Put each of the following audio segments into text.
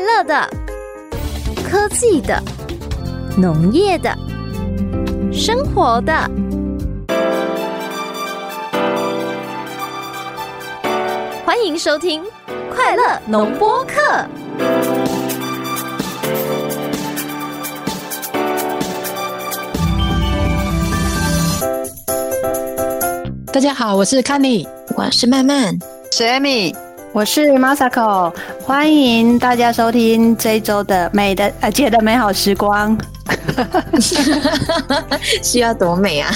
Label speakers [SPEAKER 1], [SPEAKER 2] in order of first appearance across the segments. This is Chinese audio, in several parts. [SPEAKER 1] 乐的、科技的、农业的、生活的。欢迎收听《快乐农播课》。
[SPEAKER 2] 大家好，我是 c a n n y
[SPEAKER 3] 我是曼曼，
[SPEAKER 4] 是 Amy。
[SPEAKER 5] 我是 Masako，欢迎大家收听这一周的美的呃姐的美好时光。
[SPEAKER 3] 需要多美啊！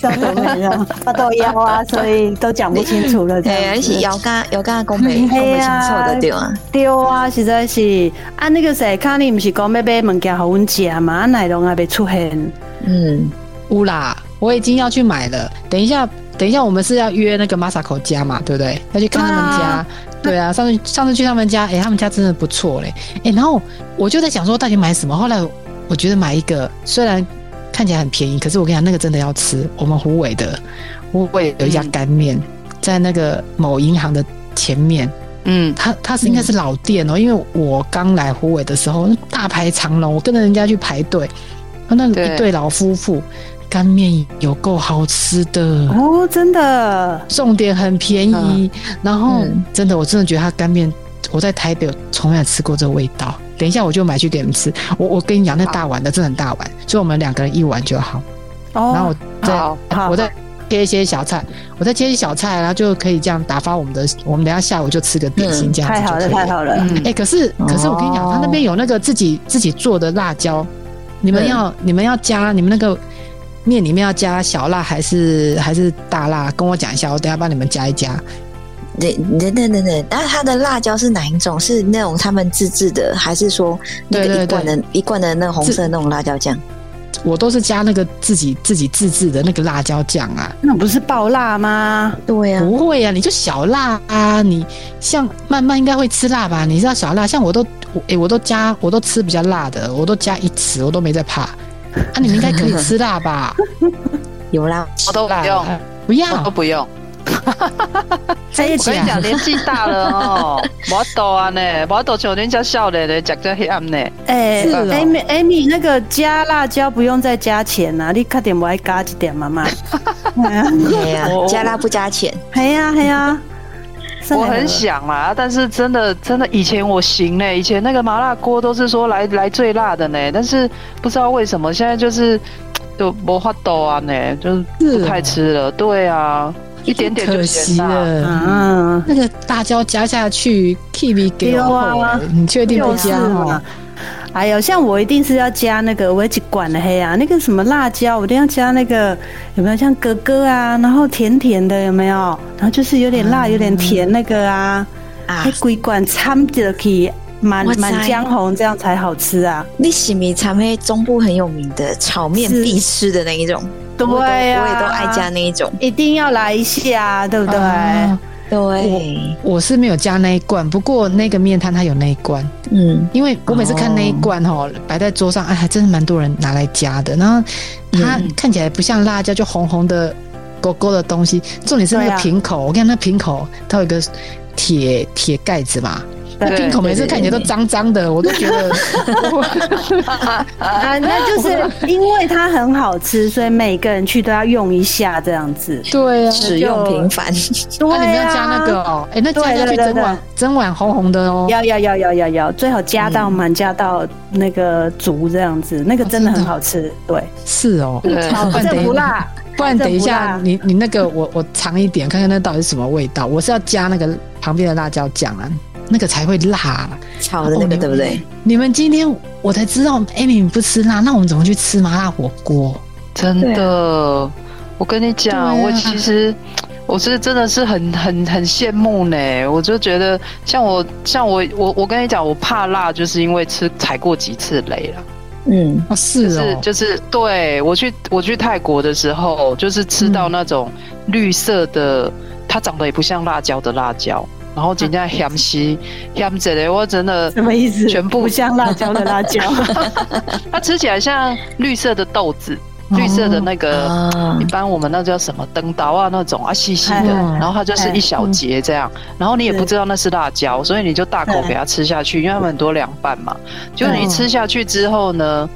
[SPEAKER 5] 笑得没了， 发抖腰啊，所以都讲不清 楚了。
[SPEAKER 3] 对，而且姚哎家姚家讲美讲美清楚的对啊，
[SPEAKER 5] 对啊，实在是啊那个谁，看你不是讲要买物件好阮食嘛，啊奶龙也未出现。
[SPEAKER 3] 嗯，
[SPEAKER 2] 乌啦，我已经要去买了。等一下，等一下，我们是要约那个 Masako 家嘛，对不对？要去看他们家。对啊，上次上次去他们家，哎，他们家真的不错嘞。哎，然后我就在想说，到底买什么？后来我觉得买一个，虽然看起来很便宜，可是我跟你讲，那个真的要吃。我们虎尾的虎尾有一家干面，在那个某银行的前面。
[SPEAKER 4] 嗯，
[SPEAKER 2] 它它是应该是老店哦、因为我刚来虎尾的时候，大排长龙，我跟着人家去排队，然后那
[SPEAKER 4] 对
[SPEAKER 2] 一对老夫妇干面有够好吃的，
[SPEAKER 5] 哦，真的，
[SPEAKER 2] 重点很便宜，然后、
[SPEAKER 3] 嗯
[SPEAKER 2] 真的我真的觉得它干面，我在台北从来没吃过这味道。等一下我就买去给你们吃，我我跟你讲那大碗的真的很大碗，所以我们两个人一碗就好。
[SPEAKER 5] 哦，
[SPEAKER 2] 然后我再
[SPEAKER 4] 好，
[SPEAKER 5] 好
[SPEAKER 2] 我再切一些小菜，我再切一些小菜，然后就可以这样打发我们的，我们等一下下午就吃个点心这样子
[SPEAKER 5] 嗯太好了，
[SPEAKER 2] 就可以
[SPEAKER 5] 太好了，
[SPEAKER 4] 嗯
[SPEAKER 2] 哎、可是可是我跟你讲，
[SPEAKER 3] 哦
[SPEAKER 2] 他那边有那个自己自己做的辣椒，你们
[SPEAKER 3] 对
[SPEAKER 2] 要
[SPEAKER 5] 嗯
[SPEAKER 2] 你们要加你们那个面里面要加小辣还是还是大辣？跟我讲一下，我等一下帮你们加一加。
[SPEAKER 3] 对对对对对。那它的辣椒是哪一种？是那种他们自制的，还是说那
[SPEAKER 2] 对
[SPEAKER 3] 个
[SPEAKER 2] 对
[SPEAKER 3] 一罐的一罐的那个红色那种辣椒酱？
[SPEAKER 2] 我都是加那个自己自己自制的那个辣椒酱啊，
[SPEAKER 5] 那不是爆辣吗？
[SPEAKER 3] 对呀，
[SPEAKER 2] 不会啊，你就小辣啊，你像慢慢应该会吃辣吧？你知道小辣，像我都我哎、我都加我都吃比较辣的，我都加一匙，我都没在怕。啊，你们应该可以吃辣吧？
[SPEAKER 3] 有啦，
[SPEAKER 4] 我都 不
[SPEAKER 2] 辣啊
[SPEAKER 4] 用，
[SPEAKER 2] 不
[SPEAKER 4] 我都
[SPEAKER 2] 要，
[SPEAKER 4] 不用。
[SPEAKER 5] 这一
[SPEAKER 2] 哎我
[SPEAKER 4] 我跟你讲，年纪大了哦， 我抖啊呢，我抖像恁遮少年的食这黑暗呢。
[SPEAKER 5] 哎
[SPEAKER 2] 是哦
[SPEAKER 5] ，Amy Amy 那个加辣椒不用再加钱呐、啊，你快点我爱加一点 妈 妈。
[SPEAKER 3] 对呀
[SPEAKER 4] 我，
[SPEAKER 3] 加辣不加钱，
[SPEAKER 5] 嘿呀嘿呀，上
[SPEAKER 4] 我
[SPEAKER 5] 来
[SPEAKER 4] 很
[SPEAKER 5] 了
[SPEAKER 4] 想啦，但是真的真的，以前我行呢，以前那个麻辣锅都是说来来最辣的呢，但是不知道为什么现在就是就没法抖啊呢，就是
[SPEAKER 2] 是
[SPEAKER 4] 不太
[SPEAKER 2] 哦
[SPEAKER 4] 吃了。对啊，一点点就
[SPEAKER 2] 可惜
[SPEAKER 4] 咸啦。
[SPEAKER 2] 了。
[SPEAKER 5] 啊，
[SPEAKER 2] 那个辣椒加下去 k i w i 给我
[SPEAKER 5] 对啊
[SPEAKER 2] 后欸，你确定不
[SPEAKER 5] 就是
[SPEAKER 2] 加哦
[SPEAKER 5] 嘛？。哎呦，像我一定是要加那个，我一管的黑啊，那个什么辣椒，我一定要加那个，有没有像哥哥啊？然后甜甜的有没有？然后就是有点辣，有点甜那个啊，
[SPEAKER 3] 啊
[SPEAKER 5] 那，鬼管掺着去满
[SPEAKER 3] 我知
[SPEAKER 5] 满江红，这样才好吃啊。
[SPEAKER 3] 你喜米长黑中部很有名的炒面
[SPEAKER 5] 是
[SPEAKER 3] 必吃的那一种，我都
[SPEAKER 5] 对
[SPEAKER 3] 啊
[SPEAKER 5] 呀、啊
[SPEAKER 3] 我也都爱加，那一种，
[SPEAKER 5] 一定要来一下，对不对？
[SPEAKER 2] 啊
[SPEAKER 3] 对，
[SPEAKER 2] 我是没有加那一罐，不过那个面摊它有那一罐，
[SPEAKER 3] 嗯，
[SPEAKER 2] 因为我每次看那一罐哦，摆在桌上，哎，还真是蛮多人拿来加的。然后它
[SPEAKER 5] 嗯
[SPEAKER 2] 看起来不像辣椒，就红红的、勾勾的东西。重点是那
[SPEAKER 5] 对
[SPEAKER 2] 个
[SPEAKER 5] 啊
[SPEAKER 2] 瓶口，我看那瓶口它有一个铁铁盖子嘛，那
[SPEAKER 4] 对
[SPEAKER 2] 瓶口每次
[SPEAKER 3] 对对
[SPEAKER 2] 看起来都
[SPEAKER 3] 对
[SPEAKER 2] 脏脏的，我都觉得
[SPEAKER 5] 啊，那就是因为它很好吃，所以每个人去都要用一下这样子。
[SPEAKER 2] 对啊。啊
[SPEAKER 3] 使用频繁，
[SPEAKER 5] 对
[SPEAKER 2] 那你们要加那个哦，哎，那加下去
[SPEAKER 5] 对对对
[SPEAKER 2] 整碗整碗红红的哦，
[SPEAKER 5] 要要要要要要，最好加到满，加到那个足这样子，那个真的很好吃。对，
[SPEAKER 2] 是哦，
[SPEAKER 4] 对
[SPEAKER 2] 好不然等
[SPEAKER 5] 这
[SPEAKER 2] 一
[SPEAKER 5] 不辣，
[SPEAKER 2] 不然等一
[SPEAKER 5] 这
[SPEAKER 2] 下
[SPEAKER 5] 嗯不辣
[SPEAKER 2] 你你那个我我尝一点看看那到底是什么味道。我是要加那个旁边的辣椒酱啊，那个才会辣、啊
[SPEAKER 3] 炒
[SPEAKER 2] 哦
[SPEAKER 3] 的那个对不对？
[SPEAKER 2] 你们今天我才知道，Amy 你不吃辣，那我们怎么去吃麻辣火锅？
[SPEAKER 4] 真
[SPEAKER 3] 对
[SPEAKER 4] 的，我跟你讲，
[SPEAKER 2] 对啊
[SPEAKER 4] 我其实我是真的是很很很羡慕呢。我就觉得像我像我我我跟你讲，我怕辣就是因为吃踩过几次雷了。
[SPEAKER 3] 嗯，
[SPEAKER 2] 哦，是
[SPEAKER 4] 就是
[SPEAKER 2] 哦，
[SPEAKER 4] 就是对我去我去泰国的时候，就是吃
[SPEAKER 2] 嗯
[SPEAKER 4] 到那种绿色的，它长得也不像辣椒的辣椒，然后人家咸西咸着嘞，我真 的
[SPEAKER 5] 什么意思？
[SPEAKER 4] 全部
[SPEAKER 5] 不像辣椒的辣椒，
[SPEAKER 4] 它吃起来像绿色的豆子。绿色的那
[SPEAKER 2] 哦
[SPEAKER 4] 个，
[SPEAKER 5] 嗯
[SPEAKER 3] 啊
[SPEAKER 4] 一般我们那叫什么灯刀啊那种啊细细的，
[SPEAKER 2] 嗯
[SPEAKER 5] 哎
[SPEAKER 4] 然后它就是一小节这样，然后你也不知道那是辣椒，所以你就大口
[SPEAKER 5] 哎
[SPEAKER 4] 给它吃下去，因为它们很多凉拌嘛。就你吃下去之后呢，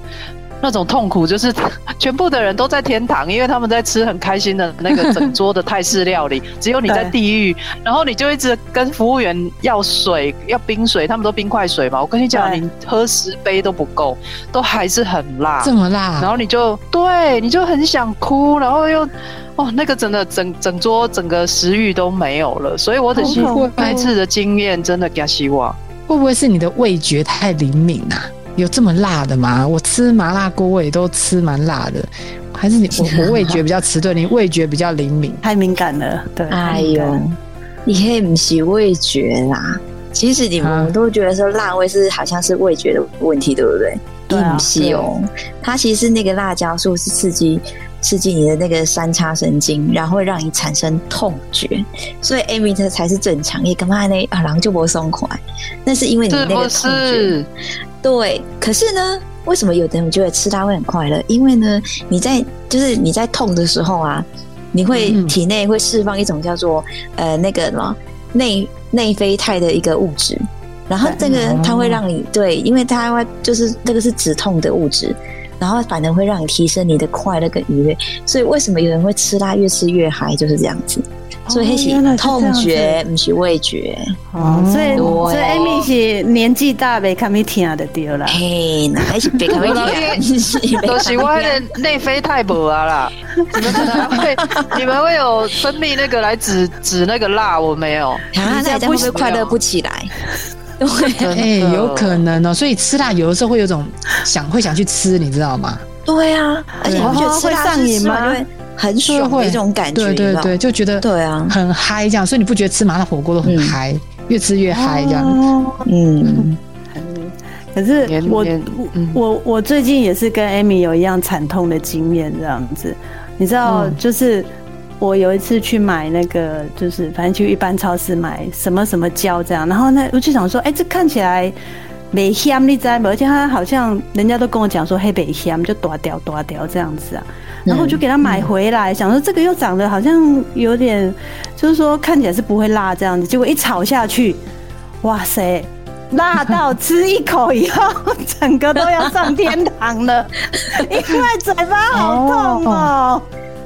[SPEAKER 4] 那种痛苦就是全部的人都在天堂，因为他们在吃很开心的那个整桌的泰式料理，只有你在
[SPEAKER 5] 对
[SPEAKER 4] 地狱，然后你就一直跟服务员要水，要冰水，他们都冰块水嘛。我跟你讲，
[SPEAKER 5] 对
[SPEAKER 4] 你喝十杯都不够，都还是很辣。
[SPEAKER 2] 这么辣，
[SPEAKER 3] 啊
[SPEAKER 4] 然后你就对，你就很想哭，然后又哦，那个真的整整桌整个食欲都没有了，所以我只是
[SPEAKER 5] 好恐怖哦
[SPEAKER 4] 那一次的经验真的给他希望。
[SPEAKER 2] 会不会是你的味觉太灵敏啊？有这么辣的吗？我吃麻辣锅我也都吃蛮辣的，还是你 我我味觉比较迟钝，你味觉比较灵敏。
[SPEAKER 5] 太敏感了，对。
[SPEAKER 3] 哎
[SPEAKER 5] 太敏感
[SPEAKER 3] 呦，你也不是味觉啦。其实你
[SPEAKER 2] 啊
[SPEAKER 3] 们都觉得说辣味是好像是味觉的问题，对不对？
[SPEAKER 5] 对啊
[SPEAKER 3] 不是哦，它其实那个辣椒素是刺激刺激你的那个三叉神经，然后会让你产生痛觉，所以 Amy 这才是正常。也刚刚那啊，狼就不松快，那是因为你
[SPEAKER 4] 是
[SPEAKER 3] 嗯那
[SPEAKER 4] 不
[SPEAKER 3] 个痛觉。
[SPEAKER 4] 是？
[SPEAKER 3] 对，可是呢，为什么有的人觉得吃辣会很快乐？因为呢，你在就是你在痛的时候啊，你会
[SPEAKER 2] 嗯
[SPEAKER 3] 体内会释放一种叫做呃那个什么内内啡肽的一个物质，然后这个
[SPEAKER 2] 嗯
[SPEAKER 3] 它会让你对，因为它会就是那个是止痛的物质。然后反而会让你提升你的快乐跟愉悦，所以为什么有人会吃辣越吃越嗨就是这样子。所以
[SPEAKER 5] 哦
[SPEAKER 3] 那是
[SPEAKER 5] 原来是这样
[SPEAKER 3] 痛
[SPEAKER 5] 子
[SPEAKER 3] 觉，不是味觉。
[SPEAKER 5] 哦，所以
[SPEAKER 2] 对
[SPEAKER 5] 所以 Amy 是年纪大没看没听的对了啦。
[SPEAKER 3] 嘿，那还是别 开 玩
[SPEAKER 4] 都是我的内啡太薄啊啦！你们可能会，你们会有分泌那个来止止那个辣，我没 有。
[SPEAKER 3] 啊，那这样会不会快乐不起来？ 对
[SPEAKER 4] 真的
[SPEAKER 2] 哎、有可。能哦，所以吃辣有的时候会有种想会想去吃，你知道吗？
[SPEAKER 3] 对啊，而且你不觉得吃辣
[SPEAKER 5] 会上瘾
[SPEAKER 3] 吃
[SPEAKER 5] 吗
[SPEAKER 3] 完就会很爽的一种感觉，
[SPEAKER 2] 对对
[SPEAKER 3] 你知道
[SPEAKER 2] 对，就觉得
[SPEAKER 3] 吗对啊，
[SPEAKER 2] 很嗨这样，所以你不觉得吃麻辣火锅都很
[SPEAKER 3] 嗯
[SPEAKER 2] 嗨，越吃越嗨这样。
[SPEAKER 5] 哦
[SPEAKER 3] 嗯，
[SPEAKER 5] 可是
[SPEAKER 4] 年
[SPEAKER 5] 我
[SPEAKER 4] 年
[SPEAKER 5] 我
[SPEAKER 4] 嗯
[SPEAKER 5] 我我最近也是跟 Amy 有一样惨痛的经验，这样子，你知道，就是我有一次去买那个，就是反正去一般超市买什么什么胶这样，然后呢，我就想说，哎、这看起来。北香，你知道吗？而且它好像人家都跟我讲说黑北香就多掉多掉这样子啊，然后我就给它买回来，想说这个又长得好像有点，就是说看起来是不会辣这样子，结果一炒下去，哇塞，辣到吃一口以后，整个都要上天堂 了，因为嘴巴好痛哦、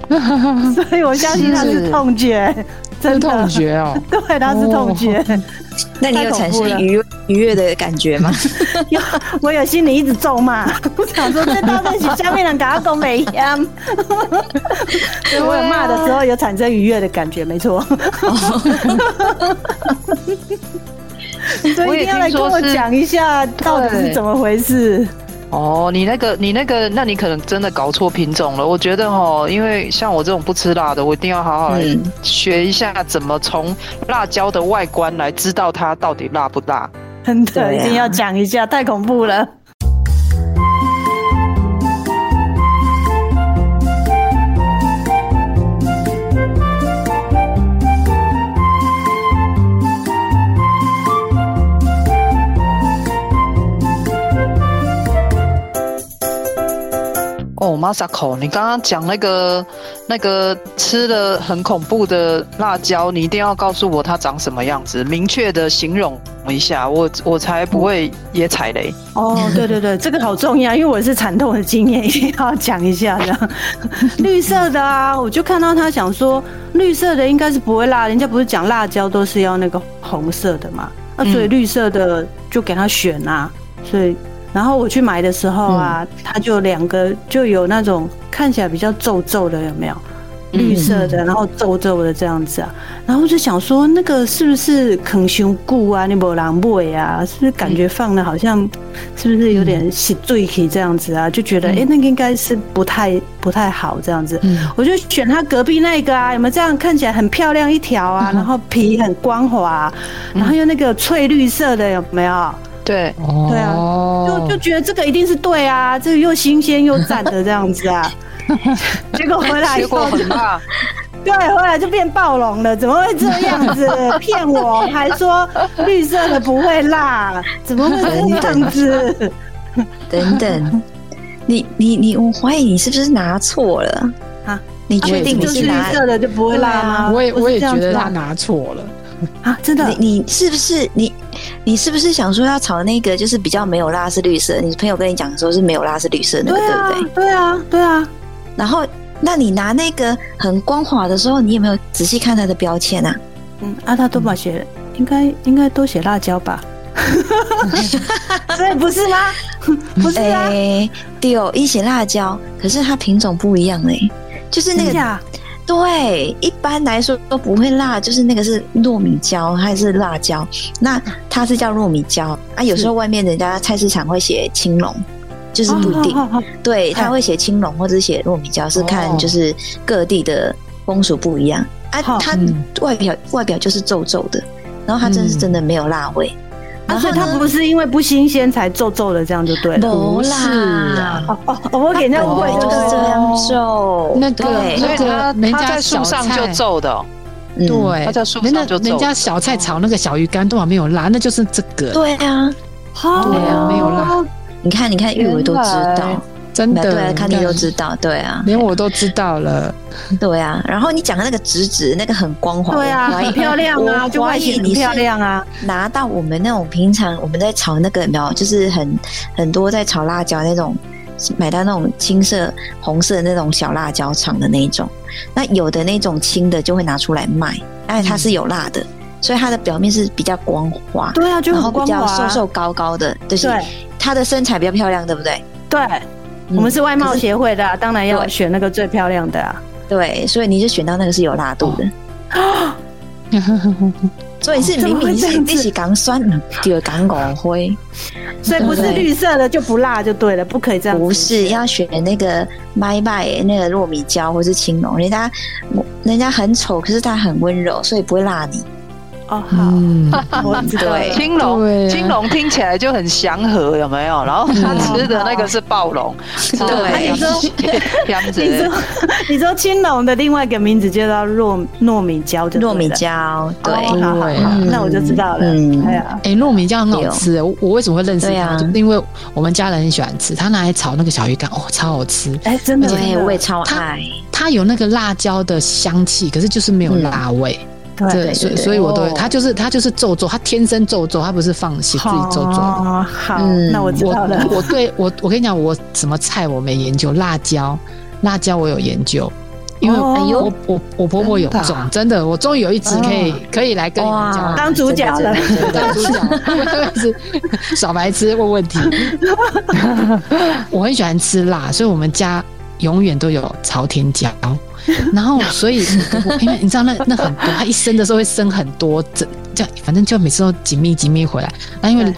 [SPEAKER 5] 所以我相信它是痛觉，真
[SPEAKER 2] 哦是
[SPEAKER 5] 的
[SPEAKER 2] 痛，觉哦，
[SPEAKER 5] 对，它是痛觉。
[SPEAKER 3] 那你有产生愉悦愉悦的感觉 吗？
[SPEAKER 5] 有我有心里一直咒骂，我想说这到底是下面人给他讲 美香，所以啊我有骂的时候有产生愉悦的感觉，没错。
[SPEAKER 2] 哦
[SPEAKER 5] 所以一定要来跟我讲一 下到底是怎么回事。
[SPEAKER 4] 哦，你那个，你那个，那你可能真的搞错品种了。我觉得哦，因为像我这种不吃辣的，我一定要好好来
[SPEAKER 3] 嗯
[SPEAKER 4] 学一下怎么从辣椒的外观来知道它到底辣不辣。
[SPEAKER 5] 真的、
[SPEAKER 3] 对
[SPEAKER 5] 一
[SPEAKER 3] 啊
[SPEAKER 5] 定要讲一下，太恐怖了。
[SPEAKER 4] 哦，Masako，你刚刚讲那个那个吃了很恐怖的辣椒，你一定要告诉我它长什么样子，明确的形容一下，我我才不会也踩雷。
[SPEAKER 5] 哦，对对 对，这个好重要，因为我是惨痛的经验，一定要讲一下的。 绿色的啊，我就看到他想说，绿色的应该是不会辣，人家不是讲辣椒都是要那个红色的嘛，那、所以绿色的就给他选啊，所以。然后我去买的时候啊，它就两个就有那种看起来比较皱皱的，有没有？绿色的，然后皱皱的这样子啊。然后我就想说，那个是不是啃熊菇啊？你没狼狈啊？是不是感觉放的好像，是不是有点洗醉气这样子啊？就觉得哎、诶那个应该是不太不太好这样子。
[SPEAKER 2] 嗯
[SPEAKER 5] 我就选它隔壁那个啊，有没有这样看起来很漂亮一条啊？然后皮很光滑啊、然后又那个翠绿色的有没有？
[SPEAKER 4] 对，
[SPEAKER 2] 哦，
[SPEAKER 5] 对啊就
[SPEAKER 4] 哦
[SPEAKER 5] 就觉得这个一定是对啊，这个又新鲜又赞的这样 子啊。结果回来以
[SPEAKER 4] 结果
[SPEAKER 5] 后就
[SPEAKER 4] 很辣，
[SPEAKER 5] 对，后来就变暴龙了，怎么会这样 子骗我？还说绿色的不会辣，怎么会这样子？
[SPEAKER 3] 等等，你你你，我怀疑你是不是拿错了
[SPEAKER 5] 啊？
[SPEAKER 3] 你
[SPEAKER 2] 我
[SPEAKER 3] 确
[SPEAKER 2] 也
[SPEAKER 3] 定你
[SPEAKER 5] 就是是
[SPEAKER 3] 拿
[SPEAKER 5] 绿色的就不会辣吗？
[SPEAKER 2] 我也
[SPEAKER 5] 不是
[SPEAKER 2] 我也
[SPEAKER 5] 这样
[SPEAKER 2] 觉得
[SPEAKER 5] 子
[SPEAKER 2] 他
[SPEAKER 5] 啊
[SPEAKER 2] 拿错了，
[SPEAKER 5] 啊，真的
[SPEAKER 3] 你你是不是你你是不是想说要炒那个就是比较没有辣是绿色？你朋友跟你讲说是没有辣是绿色那个，
[SPEAKER 5] 对啊
[SPEAKER 3] 对不对？，
[SPEAKER 5] 对啊，对啊，
[SPEAKER 3] 然后，那你拿那个很光滑的时候，你有没有仔细看它的标签啊？
[SPEAKER 5] 嗯，啊，他都把写，应该应该都写辣椒 吧？所以不是吗？ 不是啊，
[SPEAKER 3] 诶对哦，一些辣椒，可是它品种不一样嘞、就是那
[SPEAKER 5] 真
[SPEAKER 3] 个
[SPEAKER 5] 假？
[SPEAKER 3] 对，一般来说都不会辣，就是那个是糯米椒还是辣椒？那它是叫糯米椒啊。有时候外面人家菜市场会写青龙，就是不一定。
[SPEAKER 5] 哦哦哦
[SPEAKER 3] 对，它
[SPEAKER 5] 嗨
[SPEAKER 3] 会写青龙或者写糯米椒，是看
[SPEAKER 2] 哦
[SPEAKER 3] 就是各地的风俗不一样啊
[SPEAKER 5] 好。
[SPEAKER 3] 它
[SPEAKER 2] 嗯
[SPEAKER 3] 外表外表就是皱皱的，然后它真是
[SPEAKER 2] 嗯
[SPEAKER 3] 真的没有辣味。
[SPEAKER 5] 啊，
[SPEAKER 3] 然
[SPEAKER 5] 所
[SPEAKER 3] 后
[SPEAKER 5] 以它不是因为不新鲜才皱皱的，这样就对了。
[SPEAKER 3] 不
[SPEAKER 2] 不是
[SPEAKER 3] 啦
[SPEAKER 2] 啊，
[SPEAKER 5] 哦哦，哦我给人家误会
[SPEAKER 3] 本来
[SPEAKER 5] 就
[SPEAKER 3] 就是是这
[SPEAKER 5] 这样。
[SPEAKER 3] 样皱。
[SPEAKER 2] 那个
[SPEAKER 3] 对
[SPEAKER 4] 所以他
[SPEAKER 2] 那个人
[SPEAKER 4] 他
[SPEAKER 2] 家
[SPEAKER 4] 在树
[SPEAKER 2] 小
[SPEAKER 4] 上就
[SPEAKER 2] 菜
[SPEAKER 4] 皱的哦、
[SPEAKER 3] 嗯
[SPEAKER 2] 对，
[SPEAKER 4] 他在树
[SPEAKER 2] 人家
[SPEAKER 4] 上就
[SPEAKER 2] 人
[SPEAKER 4] 皱
[SPEAKER 2] 家小菜炒那个小鱼干都还没有辣，那就是这个，
[SPEAKER 3] 对啊，
[SPEAKER 5] 哦
[SPEAKER 2] 对啊没有啦，
[SPEAKER 3] 你看，你看，玉伟都知道，
[SPEAKER 2] 真的，
[SPEAKER 3] 对啊，看
[SPEAKER 2] 你
[SPEAKER 3] 你都知道，对啊，
[SPEAKER 2] 连我都知道了。
[SPEAKER 3] 对啊。然后你讲的那个直直，那个很光滑，
[SPEAKER 5] 对啊，
[SPEAKER 3] 我怀疑
[SPEAKER 5] 很漂亮啊，
[SPEAKER 3] 我
[SPEAKER 5] 就
[SPEAKER 3] 怀
[SPEAKER 5] 外
[SPEAKER 3] 疑
[SPEAKER 5] 形
[SPEAKER 3] 你
[SPEAKER 5] 很
[SPEAKER 3] 是
[SPEAKER 5] 漂亮啊。
[SPEAKER 3] 拿到我们那种平常我们在炒那个，有没有？就是很很多在炒辣椒那种，买到那种青色、红色的那种小辣椒厂的那一种。那有的那种青的就会拿出来卖，但是它是有辣的，所以它的表面是比较光滑，
[SPEAKER 5] 对啊，就
[SPEAKER 3] 然后
[SPEAKER 5] 很
[SPEAKER 3] 比
[SPEAKER 5] 光滑
[SPEAKER 3] 较
[SPEAKER 5] 啊。
[SPEAKER 3] 瘦瘦高高的，就是
[SPEAKER 5] 对
[SPEAKER 3] 它的身材比较漂亮，对不对？
[SPEAKER 5] 对，
[SPEAKER 3] 嗯
[SPEAKER 5] 我们是外貌协会的啊，当然要
[SPEAKER 3] 对
[SPEAKER 5] 选那个最漂亮的啊。
[SPEAKER 3] 对，所以你就选到那个是有辣
[SPEAKER 5] 哦
[SPEAKER 3] 度的。所以是明明
[SPEAKER 5] 怎么会这
[SPEAKER 3] 是
[SPEAKER 5] 样子
[SPEAKER 3] 一起港酸，嗯就港港灰。
[SPEAKER 5] 所以不是
[SPEAKER 3] 对
[SPEAKER 5] 绿色的就不辣就对了，不可以这样子。
[SPEAKER 3] 不是要选那个麦麦那个糯米椒或是青龙，人家人家很丑，可是他很温柔，所以不会辣你。
[SPEAKER 5] 哦， 好，
[SPEAKER 2] 嗯，
[SPEAKER 5] 我知道了
[SPEAKER 3] 对。
[SPEAKER 4] 青龙，
[SPEAKER 2] 对啊
[SPEAKER 4] 青龙听起来就很祥和，有没有？然后他吃的那个是暴龙，吃的
[SPEAKER 3] 对
[SPEAKER 4] 很
[SPEAKER 5] 哎你说
[SPEAKER 4] 香子，
[SPEAKER 5] 你说，你说青龙的另外一个名字就叫糯糯米椒就对了，
[SPEAKER 3] 糯米椒，对，
[SPEAKER 5] 哦好好好
[SPEAKER 2] 对，
[SPEAKER 5] 那我就知道了。
[SPEAKER 3] 嗯
[SPEAKER 5] 哎呀，
[SPEAKER 2] 哎、糯米酱很好吃，我我为什么会认识
[SPEAKER 3] 对
[SPEAKER 2] 它？
[SPEAKER 3] 啊
[SPEAKER 2] 就是因为我们家人很喜欢吃，他拿来炒那个小鱼干，哦，超好吃。
[SPEAKER 5] 哎，真的，真
[SPEAKER 3] 对，
[SPEAKER 5] 的
[SPEAKER 3] 我也超
[SPEAKER 2] 它
[SPEAKER 3] 爱。
[SPEAKER 2] 它有那个辣椒的香气，可是就是没
[SPEAKER 5] 嗯
[SPEAKER 2] 有辣味。
[SPEAKER 5] 对。
[SPEAKER 2] 对，所以
[SPEAKER 3] 对对
[SPEAKER 2] 所以我都会
[SPEAKER 4] 哦
[SPEAKER 2] 它就是它就是皱皱，它天生皱皱，它不是放血自己皱皱的。
[SPEAKER 5] 好，哦好
[SPEAKER 3] 嗯
[SPEAKER 5] 那我知
[SPEAKER 2] 我
[SPEAKER 5] 道了。
[SPEAKER 2] 我对我我跟你讲，我什么菜我没研究，辣椒辣椒我有研究，因为
[SPEAKER 5] 哦哎呦
[SPEAKER 2] 我我我婆婆有
[SPEAKER 4] 真的啊
[SPEAKER 2] 种，真的，我终于有一集可以可以来跟你们讲
[SPEAKER 3] 哇，
[SPEAKER 5] 当主角
[SPEAKER 3] 真
[SPEAKER 5] 了
[SPEAKER 3] 的真的
[SPEAKER 2] 当主角，是小白痴问问题。我很喜欢吃辣，所以我们家永远都有朝天椒。然后，所以我因为你知道那那很多，它一生的时候会生很多，这这样反正就每次都紧密紧密回来。那因为
[SPEAKER 5] 对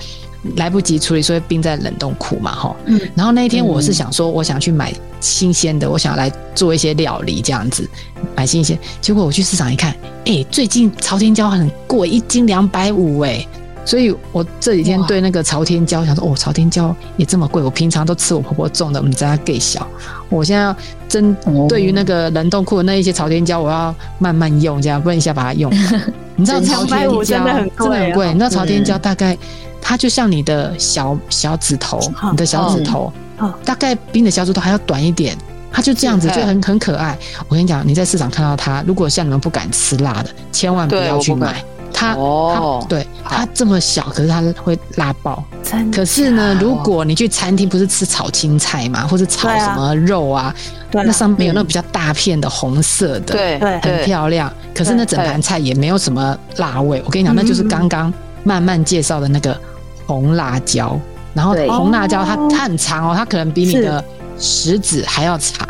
[SPEAKER 2] 来不及处理，所以冰在冷冻库嘛，哈。
[SPEAKER 5] 嗯
[SPEAKER 2] 然后那一天我是
[SPEAKER 3] 嗯
[SPEAKER 2] 想说，我想去买新鲜的，我想来做一些料理这样子，买新鲜。结果我去市场一看，哎、最近朝天椒很贵，一斤两百五，哎。所以，我这几天对那个朝天椒想说，哦，朝天椒也这么贵，我平常都吃我婆婆种的，我们家更小。我现在要针
[SPEAKER 3] 哦
[SPEAKER 2] 对于那个冷冻库的那一些朝天椒，我要慢慢用，这样不能一下把它用完。 你知道朝天椒
[SPEAKER 5] 250真的很贵哦
[SPEAKER 2] 真的很贵。你知道朝天椒大概它就像你的小小指头，
[SPEAKER 5] 嗯
[SPEAKER 2] 你的小指头
[SPEAKER 5] 嗯嗯，
[SPEAKER 2] 大概比你的小指头还要短一点。它就这样子，
[SPEAKER 4] 是
[SPEAKER 2] 就很很可爱。我跟你讲，你在市场看到它，如果像你们不敢吃辣的，千万不
[SPEAKER 4] 对
[SPEAKER 2] 要
[SPEAKER 4] 我
[SPEAKER 2] 去
[SPEAKER 4] 不敢
[SPEAKER 2] 买。它
[SPEAKER 4] 哦
[SPEAKER 2] 它对
[SPEAKER 4] 好
[SPEAKER 2] 它这么小，可是它会辣爆。
[SPEAKER 4] 嗯
[SPEAKER 5] 真的
[SPEAKER 2] 可是
[SPEAKER 4] 哦
[SPEAKER 2] 呢，如果你去餐厅，不是吃炒青菜嘛，或者炒
[SPEAKER 5] 对啊
[SPEAKER 2] 什么肉啊，
[SPEAKER 5] 对啊
[SPEAKER 2] 那上面有
[SPEAKER 3] 嗯
[SPEAKER 2] 那种比较大片的红色的，，
[SPEAKER 4] 对
[SPEAKER 5] 对
[SPEAKER 2] 很
[SPEAKER 4] 对，
[SPEAKER 2] 漂亮。可是那整盘菜也没有什么辣味。我跟你讲，
[SPEAKER 5] 嗯
[SPEAKER 2] 那就是刚刚慢慢介绍的那个红辣椒。然后
[SPEAKER 3] 对
[SPEAKER 2] 红辣椒它
[SPEAKER 5] 哦
[SPEAKER 2] 它很长哦，它可能比你
[SPEAKER 5] 是
[SPEAKER 2] 的食指还要长，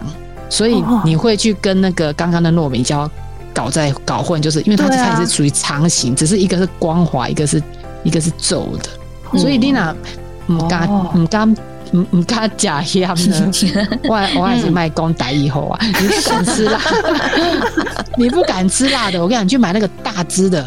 [SPEAKER 2] 所以
[SPEAKER 5] 哦
[SPEAKER 2] 你会去跟那个刚刚的糯米椒搞在搞混，就是因为它
[SPEAKER 5] 对啊
[SPEAKER 2] 它也是属于长形，只是一个是光滑，一个是一个是皱的。
[SPEAKER 5] 嗯
[SPEAKER 2] 所以丽娜唔敢
[SPEAKER 4] 哦
[SPEAKER 2] 唔敢唔唔敢假香呢， 我我也是卖公打以后啊，你不敢吃辣，你不敢吃辣的，我跟你讲，你去买那个大只的，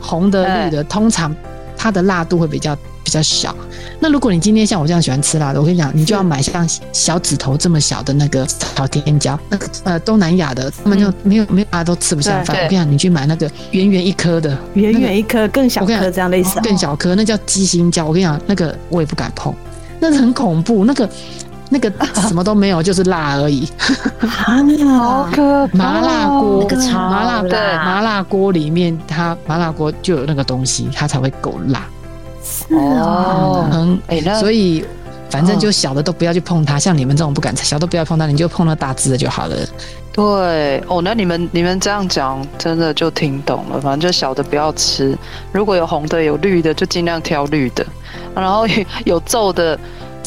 [SPEAKER 2] 红的
[SPEAKER 4] 哎
[SPEAKER 2] 绿的，通常它的辣度会比较比较小。那如果你今天像我这样喜欢吃辣的，我跟你讲，你就要买像小指头这么小的那个朝天椒，那个呃东南亚的他们就没有没有大家都吃不下饭。
[SPEAKER 4] 对
[SPEAKER 2] 我跟你讲，你去买那个圆圆一颗的，
[SPEAKER 5] 圆
[SPEAKER 2] 那个
[SPEAKER 5] 圆一颗更小
[SPEAKER 2] 我跟你
[SPEAKER 5] 颗
[SPEAKER 2] 讲
[SPEAKER 5] 这样的意思啊。
[SPEAKER 2] 更小颗，那叫鸡心椒。我跟你讲，那个我也不敢碰，那是很恐怖。那个那个什么都没有，就是辣而已。
[SPEAKER 5] 啊
[SPEAKER 4] 好可怕！
[SPEAKER 2] 麻辣锅，
[SPEAKER 3] 那个超
[SPEAKER 2] 麻辣
[SPEAKER 3] 辣
[SPEAKER 4] 对
[SPEAKER 2] 麻辣锅里面，它麻辣锅就有那个东西，它才会够辣。
[SPEAKER 4] 哦，
[SPEAKER 2] 嗯，
[SPEAKER 4] 哎、那
[SPEAKER 2] 所
[SPEAKER 4] 以
[SPEAKER 2] 以反正就小的都不要去碰它，像你们这种不敢，小都不要碰它，你就碰那大只的就好了。
[SPEAKER 4] 对哦，那你们你们这样讲，真的就听懂了。反正就小的不要吃，如果有红的有绿的，就尽量挑绿的，然后有有皱的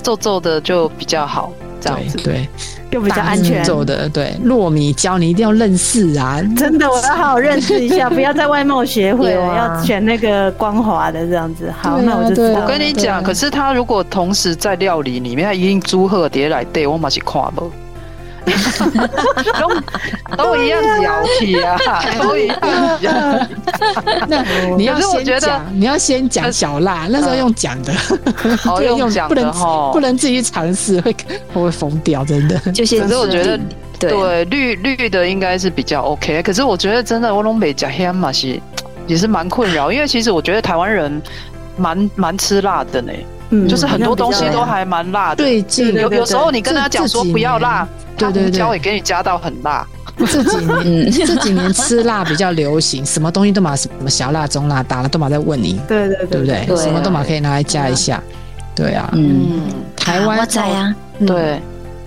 [SPEAKER 4] 皱皱的就比较好，这样
[SPEAKER 2] 对
[SPEAKER 4] 子。
[SPEAKER 2] 对，
[SPEAKER 5] 又比较
[SPEAKER 2] 大
[SPEAKER 5] 安
[SPEAKER 2] 只
[SPEAKER 5] 全。
[SPEAKER 2] 做的对，糯米椒你一定要认识啊。
[SPEAKER 5] 真的，我要好好认识一下，不要在外貌协会
[SPEAKER 3] 有
[SPEAKER 5] 了，
[SPEAKER 3] 啊
[SPEAKER 5] 要选那个光滑的这样子。好，
[SPEAKER 2] 对啊
[SPEAKER 5] 那我就知
[SPEAKER 2] 对啊
[SPEAKER 4] 我
[SPEAKER 5] 道了。
[SPEAKER 4] 跟你
[SPEAKER 2] 对啊
[SPEAKER 4] 讲，可是他如果同时在料理里面，他一定煮好碟来对，我嘛是看 不。都都一样咬起啊，都一样咬起。
[SPEAKER 2] 那你要
[SPEAKER 4] 可是我
[SPEAKER 2] 先
[SPEAKER 4] 觉得呃
[SPEAKER 2] 讲，你要先讲小辣，那时候用讲的，
[SPEAKER 4] 哦
[SPEAKER 2] 不能
[SPEAKER 4] 用讲
[SPEAKER 2] 不
[SPEAKER 4] 的哦
[SPEAKER 2] 能
[SPEAKER 4] 吼
[SPEAKER 2] 不能自己去尝试，会我会疯掉，真 的。
[SPEAKER 3] 就先
[SPEAKER 4] 可是我觉得
[SPEAKER 3] 制定对
[SPEAKER 4] 对，绿绿的应该是比较 OK。可是我觉得真的，我东北讲黑嘛是也是蛮困扰，因为其实我觉得台湾人蛮蛮吃辣的呢，
[SPEAKER 5] 嗯
[SPEAKER 4] 就是很多东西都
[SPEAKER 5] 好像
[SPEAKER 4] 还蛮辣的。
[SPEAKER 2] 最近
[SPEAKER 4] 有有时候你跟
[SPEAKER 2] 这
[SPEAKER 4] 他讲
[SPEAKER 2] 这
[SPEAKER 4] 说
[SPEAKER 2] 几
[SPEAKER 4] 不要
[SPEAKER 2] 年
[SPEAKER 4] 辣，他
[SPEAKER 2] 对对
[SPEAKER 4] 胡椒
[SPEAKER 2] 对
[SPEAKER 4] 也给你加到很辣。
[SPEAKER 2] 这几年
[SPEAKER 3] 啊
[SPEAKER 2] 这几年吃辣比较流行，什么东西都嘛什么小辣、中辣、大辣都嘛在问你，
[SPEAKER 5] 比较对对
[SPEAKER 2] 对不对？
[SPEAKER 3] 对啊
[SPEAKER 2] 什么都嘛可以拿来加一下。对啊，
[SPEAKER 3] 嗯，
[SPEAKER 2] 台
[SPEAKER 3] 啊我
[SPEAKER 2] 湾
[SPEAKER 3] 在啊，
[SPEAKER 2] 嗯
[SPEAKER 4] 对，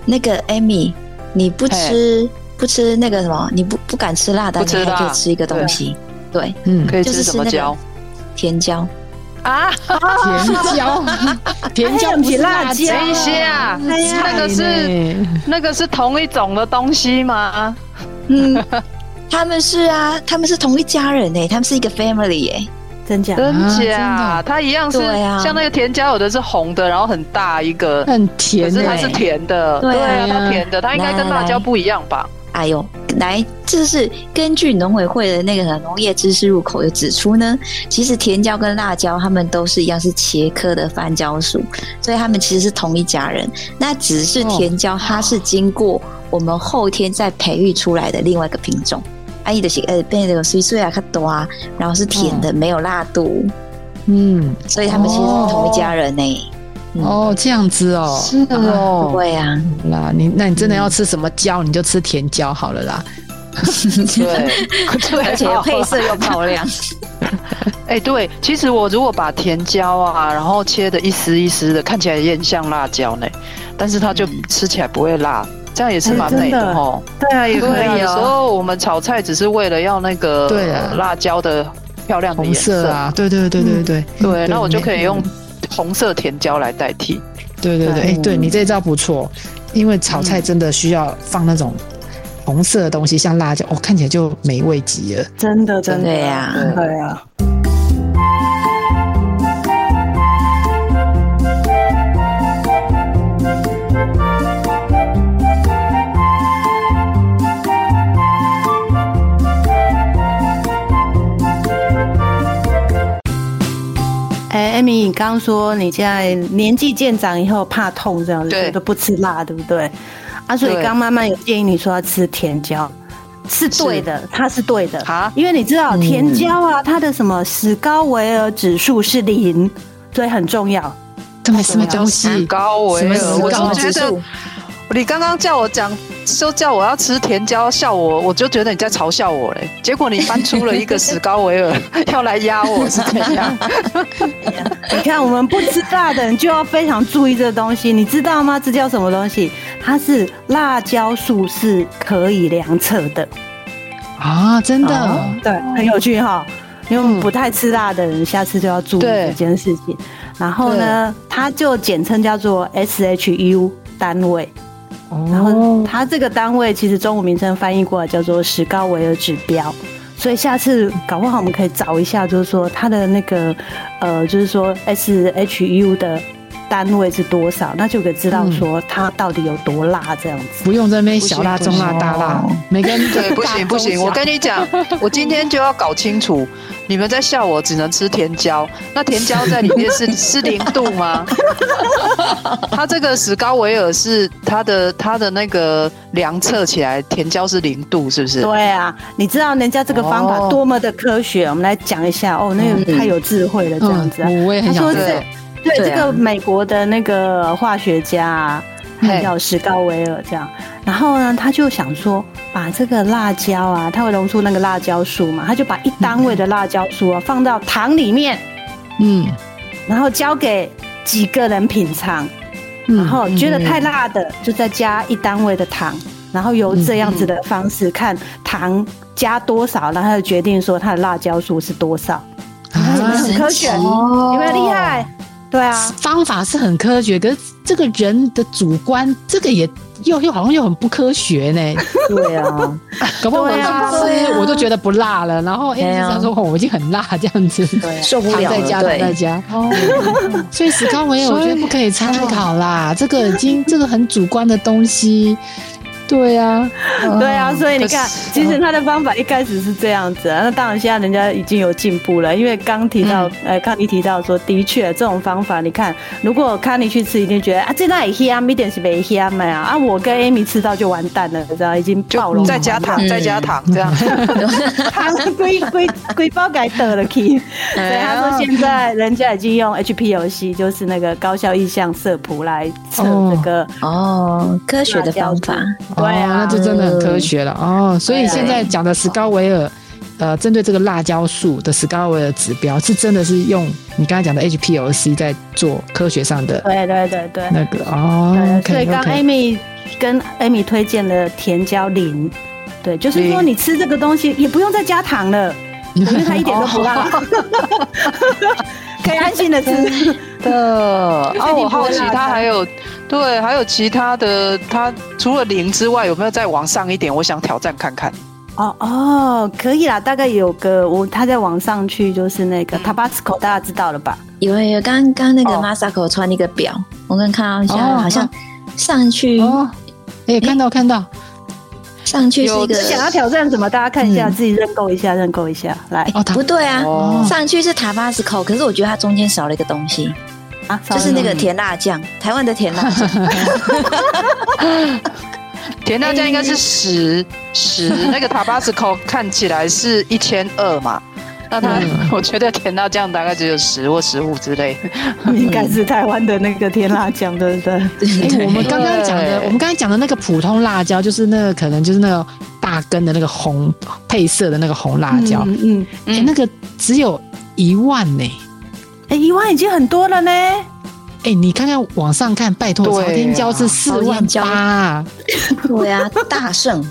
[SPEAKER 3] 那个 Amy，你不吃不吃那个什么，你不不敢吃辣的，
[SPEAKER 4] 不吃
[SPEAKER 3] 你还可
[SPEAKER 4] 辣
[SPEAKER 3] 以吃一个东西，对，
[SPEAKER 2] 嗯，
[SPEAKER 4] 可以
[SPEAKER 3] 就
[SPEAKER 4] 吃
[SPEAKER 3] 是
[SPEAKER 4] 什
[SPEAKER 3] 吃
[SPEAKER 4] 么
[SPEAKER 3] 那
[SPEAKER 4] 椒
[SPEAKER 3] 个？甜椒。
[SPEAKER 4] 啊，
[SPEAKER 2] 甜椒，甜椒
[SPEAKER 5] 还有
[SPEAKER 2] 不是
[SPEAKER 5] 比辣
[SPEAKER 2] 辣
[SPEAKER 5] 椒
[SPEAKER 4] 等一下，
[SPEAKER 5] 哎呀
[SPEAKER 4] 那个是
[SPEAKER 2] 是
[SPEAKER 4] 那个是同一种的东西吗？
[SPEAKER 3] 嗯，他们是啊，他们是同一家人哎、他们是一个 family 哎、
[SPEAKER 5] 真假
[SPEAKER 4] 真假？
[SPEAKER 2] 真的
[SPEAKER 4] 它一样是、
[SPEAKER 3] 对啊
[SPEAKER 4] 像那个甜椒，有的是红的，然后很大一个，
[SPEAKER 2] 很
[SPEAKER 4] 可
[SPEAKER 2] 甜
[SPEAKER 4] 是
[SPEAKER 2] 的
[SPEAKER 4] 它是甜的，
[SPEAKER 3] 欸对
[SPEAKER 4] 啊，
[SPEAKER 3] 啊
[SPEAKER 4] 它甜的，它应该跟辣椒不一样吧？
[SPEAKER 3] 哎呦，来，这是根据农委会的那个农业知识入口有指出呢，其实甜椒跟辣椒它们都是一样是茄科的番椒属，所以它们其实是同一家人。那只是甜椒它是经过我们后天再培育出来的另外一个品种。啊，伊就是呃变得有碎碎啊、较多啊，然后是甜的，没有辣度，
[SPEAKER 2] 嗯，
[SPEAKER 3] 所以它们其实是同一家人呢、嗯
[SPEAKER 2] 哦，这样子哦，
[SPEAKER 4] 哦
[SPEAKER 3] 对啊，
[SPEAKER 2] 好啦，你那你真的要吃什么椒，你就吃甜椒好了啦。
[SPEAKER 3] 哦
[SPEAKER 4] 对哦对，
[SPEAKER 3] 而且配色又漂亮。
[SPEAKER 4] 哎、 对，其实我如果把甜椒啊，然后切的一丝一丝的，看起来也很像辣椒呢，但是它就
[SPEAKER 3] 嗯
[SPEAKER 4] 吃起来不会辣，这样也是
[SPEAKER 5] 哎
[SPEAKER 4] 蛮
[SPEAKER 5] 真
[SPEAKER 4] 美的
[SPEAKER 5] 的
[SPEAKER 4] 哦。
[SPEAKER 5] 对啊，也可
[SPEAKER 4] 对啊，
[SPEAKER 5] 以
[SPEAKER 4] 有时
[SPEAKER 5] 哦。
[SPEAKER 4] 候我们炒菜只是为了要那个
[SPEAKER 2] 对啊
[SPEAKER 4] 辣椒的漂亮的
[SPEAKER 2] 红
[SPEAKER 4] 嗯颜嗯
[SPEAKER 2] 色啊，对对对对对
[SPEAKER 4] 对，那我就
[SPEAKER 2] 没
[SPEAKER 4] 可以用红色甜椒来代替。
[SPEAKER 2] 对对对，哎、
[SPEAKER 3] 嗯
[SPEAKER 2] 对你这招不错，因为炒菜真的需要放那种红色的东西，像辣椒，哦，看起来就美味极了。
[SPEAKER 5] 真的真的
[SPEAKER 3] 对呀
[SPEAKER 5] 对啊呀。哎，艾米，你刚刚说你现在年纪渐长以后怕痛这样子，
[SPEAKER 4] 对
[SPEAKER 5] 所以都不吃辣，对不对？啊，所以
[SPEAKER 4] 对
[SPEAKER 5] 刚妈妈有建议你说要吃甜椒，是对的，它是对的
[SPEAKER 4] 啊
[SPEAKER 5] 因为你知道甜椒啊，它的什么史高维尔指数是零，所以很重要。
[SPEAKER 2] 这没什么东
[SPEAKER 4] 史
[SPEAKER 2] 西，
[SPEAKER 4] 高维
[SPEAKER 2] 什
[SPEAKER 4] 尔，
[SPEAKER 2] 么
[SPEAKER 4] 我
[SPEAKER 2] 史高维
[SPEAKER 4] 就觉
[SPEAKER 2] 指
[SPEAKER 4] 得你刚刚叫我讲，说叫我要吃甜椒，笑我，我就觉得你在嘲笑我嘞。结果你搬出了一个史高维尔 要来压我，是怎样？
[SPEAKER 5] 你看，我们不知道的人就要非常注意这东西，你知道吗？这叫什么东西？它是辣椒素是可以量测的，
[SPEAKER 2] 啊，真的、
[SPEAKER 5] 对，很有趣哈。因为我们不太吃辣的人，下次就要注意
[SPEAKER 4] 对
[SPEAKER 5] 这件事情。然后呢，它就简称叫做 SHU 单位。然后
[SPEAKER 2] 哦，
[SPEAKER 5] 它这个单位其实中文名称翻译过来叫做史高维尔指标，所以下次搞不好我们可以找一下，就是说它的那个呃，就是说 S H U 的单位是多少，那就可以知道说它到底有多辣这样子。
[SPEAKER 2] 不用在那边小辣、中辣、大辣，每个人
[SPEAKER 4] 对，不行不行，我跟你 讲，我今天就要搞清楚，你们在笑我只能吃甜椒，那甜椒在里面是是零度吗？ 它这个史高维尔是它的它的那个量测起来甜椒是零度，是不是？
[SPEAKER 5] 对啊，你知道人家这个方
[SPEAKER 4] 哦
[SPEAKER 5] 法多么的科学，我们来讲一下哦，那个太有智慧了这样
[SPEAKER 2] 嗯
[SPEAKER 5] 子啊。，
[SPEAKER 2] 我也
[SPEAKER 5] 他
[SPEAKER 2] 很想
[SPEAKER 5] 说
[SPEAKER 2] 知
[SPEAKER 5] 这
[SPEAKER 2] 道
[SPEAKER 4] 对。
[SPEAKER 5] 对
[SPEAKER 3] 对
[SPEAKER 5] 这
[SPEAKER 3] 啊
[SPEAKER 5] 个美国的那个化学家啊、那个
[SPEAKER 4] 嘿
[SPEAKER 5] 叫史高维尔这样。然后呢，他就想说，把这个辣椒啊，它会溶出那个辣椒素嘛，他就把一单位的辣椒素啊放到糖里面，
[SPEAKER 2] 嗯，
[SPEAKER 5] 然后交给几个人品尝，
[SPEAKER 2] 嗯
[SPEAKER 5] 然后觉得太辣的就再加一单位的糖，然后由这样子的方式看糖加多少，然后就决定说它的辣椒素是多少，
[SPEAKER 2] 啊
[SPEAKER 5] 很科学有没有厉害？对啊，
[SPEAKER 2] 方法是很科学，可是这个人的主观，这个也又又好像又很不科学呢。
[SPEAKER 3] 对啊，
[SPEAKER 2] 搞不好我
[SPEAKER 5] 对啊
[SPEAKER 2] 刚
[SPEAKER 3] 对啊
[SPEAKER 2] 吃我都觉得不辣了，然后哎，
[SPEAKER 3] 对
[SPEAKER 2] 医
[SPEAKER 3] 啊
[SPEAKER 2] 生说哦我已经很辣这样子，
[SPEAKER 3] 受不
[SPEAKER 2] 糖
[SPEAKER 3] 了
[SPEAKER 2] 在
[SPEAKER 3] 了，
[SPEAKER 2] 家糖在
[SPEAKER 3] 对，
[SPEAKER 2] 家。哦，所以史高维尔我觉得不可以参考啦，这个已经这个很主观的东西。对啊，
[SPEAKER 5] 对啊，所以你看
[SPEAKER 4] 可，是
[SPEAKER 5] 其实他的方法一开始是这样子、啊，那当然现在人家已经有进步了，因为刚提到，呃，康妮提到说，的确这种方法，你看，如果康妮去吃，一定觉得啊，这那里香，一点是没香嘛啊，啊，我跟 Amy 吃到就完蛋了，你知道，已经爆
[SPEAKER 4] 就
[SPEAKER 5] 了，
[SPEAKER 4] 再加糖，
[SPEAKER 3] 嗯
[SPEAKER 4] 再加糖，这样
[SPEAKER 5] 汤龟龟龟包改得了 key。所
[SPEAKER 2] 哎
[SPEAKER 3] 哎
[SPEAKER 5] 以他说现在人家已经用 HP 游戏，就是那个高效意向色谱来测这个，
[SPEAKER 3] 哦，科学的方法，
[SPEAKER 5] 对
[SPEAKER 2] 哦那
[SPEAKER 5] 啊，
[SPEAKER 2] 就真的很科学了哦。所以现在讲的史高维尔，呃，针对这个辣椒素的史高维尔指标，是真的是用你刚才讲的 HPLC 在做科学上的
[SPEAKER 5] 对对对对。
[SPEAKER 2] 那个哦
[SPEAKER 5] 对，
[SPEAKER 2] OK，OK。
[SPEAKER 5] 所以
[SPEAKER 2] OK，OK
[SPEAKER 5] 刚哎 Amy 跟 Amy 推荐的甜椒零，对，就是说
[SPEAKER 4] 零
[SPEAKER 5] 你吃这个东西也不用再加糖了，因为它一点都不辣，可以安心 的吃。
[SPEAKER 4] 的啊，我好奇
[SPEAKER 5] 就是一定不会辣
[SPEAKER 4] 它
[SPEAKER 5] 的
[SPEAKER 4] 还有对，还有其他的，它除了零之外，有没有再往上一点？我想挑战看看。
[SPEAKER 5] 哦哦，可以啦，大概有个我他在网上去就是那
[SPEAKER 2] 嗯
[SPEAKER 5] 个 Tabasco，大家知道了吧？
[SPEAKER 3] 有有，刚刚那个
[SPEAKER 4] 哦
[SPEAKER 3] Masako 穿一个表，我刚看到一
[SPEAKER 2] 哦
[SPEAKER 3] 下，好像上去
[SPEAKER 2] 哦，哎，看到看到，
[SPEAKER 3] 上去是一
[SPEAKER 4] 有
[SPEAKER 3] 个哎
[SPEAKER 4] 之前
[SPEAKER 5] 想要挑战什么？大家看一下，
[SPEAKER 2] 嗯
[SPEAKER 5] 自己认购一下，认购一下，来
[SPEAKER 2] 哦，他
[SPEAKER 3] 不对啊，
[SPEAKER 4] 哦
[SPEAKER 3] 上去是塔巴斯口，可是我觉得它中间少了一个东西，
[SPEAKER 5] 啊，
[SPEAKER 3] 就是那个
[SPEAKER 5] 甜。
[SPEAKER 3] 甜辣酱，台湾的甜辣酱。
[SPEAKER 4] 甜辣酱应该是十十，那个塔巴斯口看起来是一千二嘛，那它、
[SPEAKER 2] 嗯
[SPEAKER 4] 我觉得甜辣酱大概只有十或十五之类。
[SPEAKER 5] 应该是台湾的那个甜辣酱，对不对？
[SPEAKER 2] 哎我们刚刚讲的，
[SPEAKER 4] 对
[SPEAKER 2] 我们刚才讲的那个普通辣椒，就是那个可能就是那个大根的那个红配色的那个红辣椒，
[SPEAKER 5] 嗯 嗯，
[SPEAKER 4] 嗯
[SPEAKER 2] 哎，那个只有一万呢、
[SPEAKER 5] 哎、一万已经很多了呢。
[SPEAKER 2] 哎、你看看网上看，拜托，
[SPEAKER 4] 对
[SPEAKER 2] 朝
[SPEAKER 4] 啊
[SPEAKER 2] 天椒是四
[SPEAKER 3] 朝
[SPEAKER 2] 万
[SPEAKER 3] 天椒
[SPEAKER 2] 八、啊，
[SPEAKER 3] 对啊，大圣，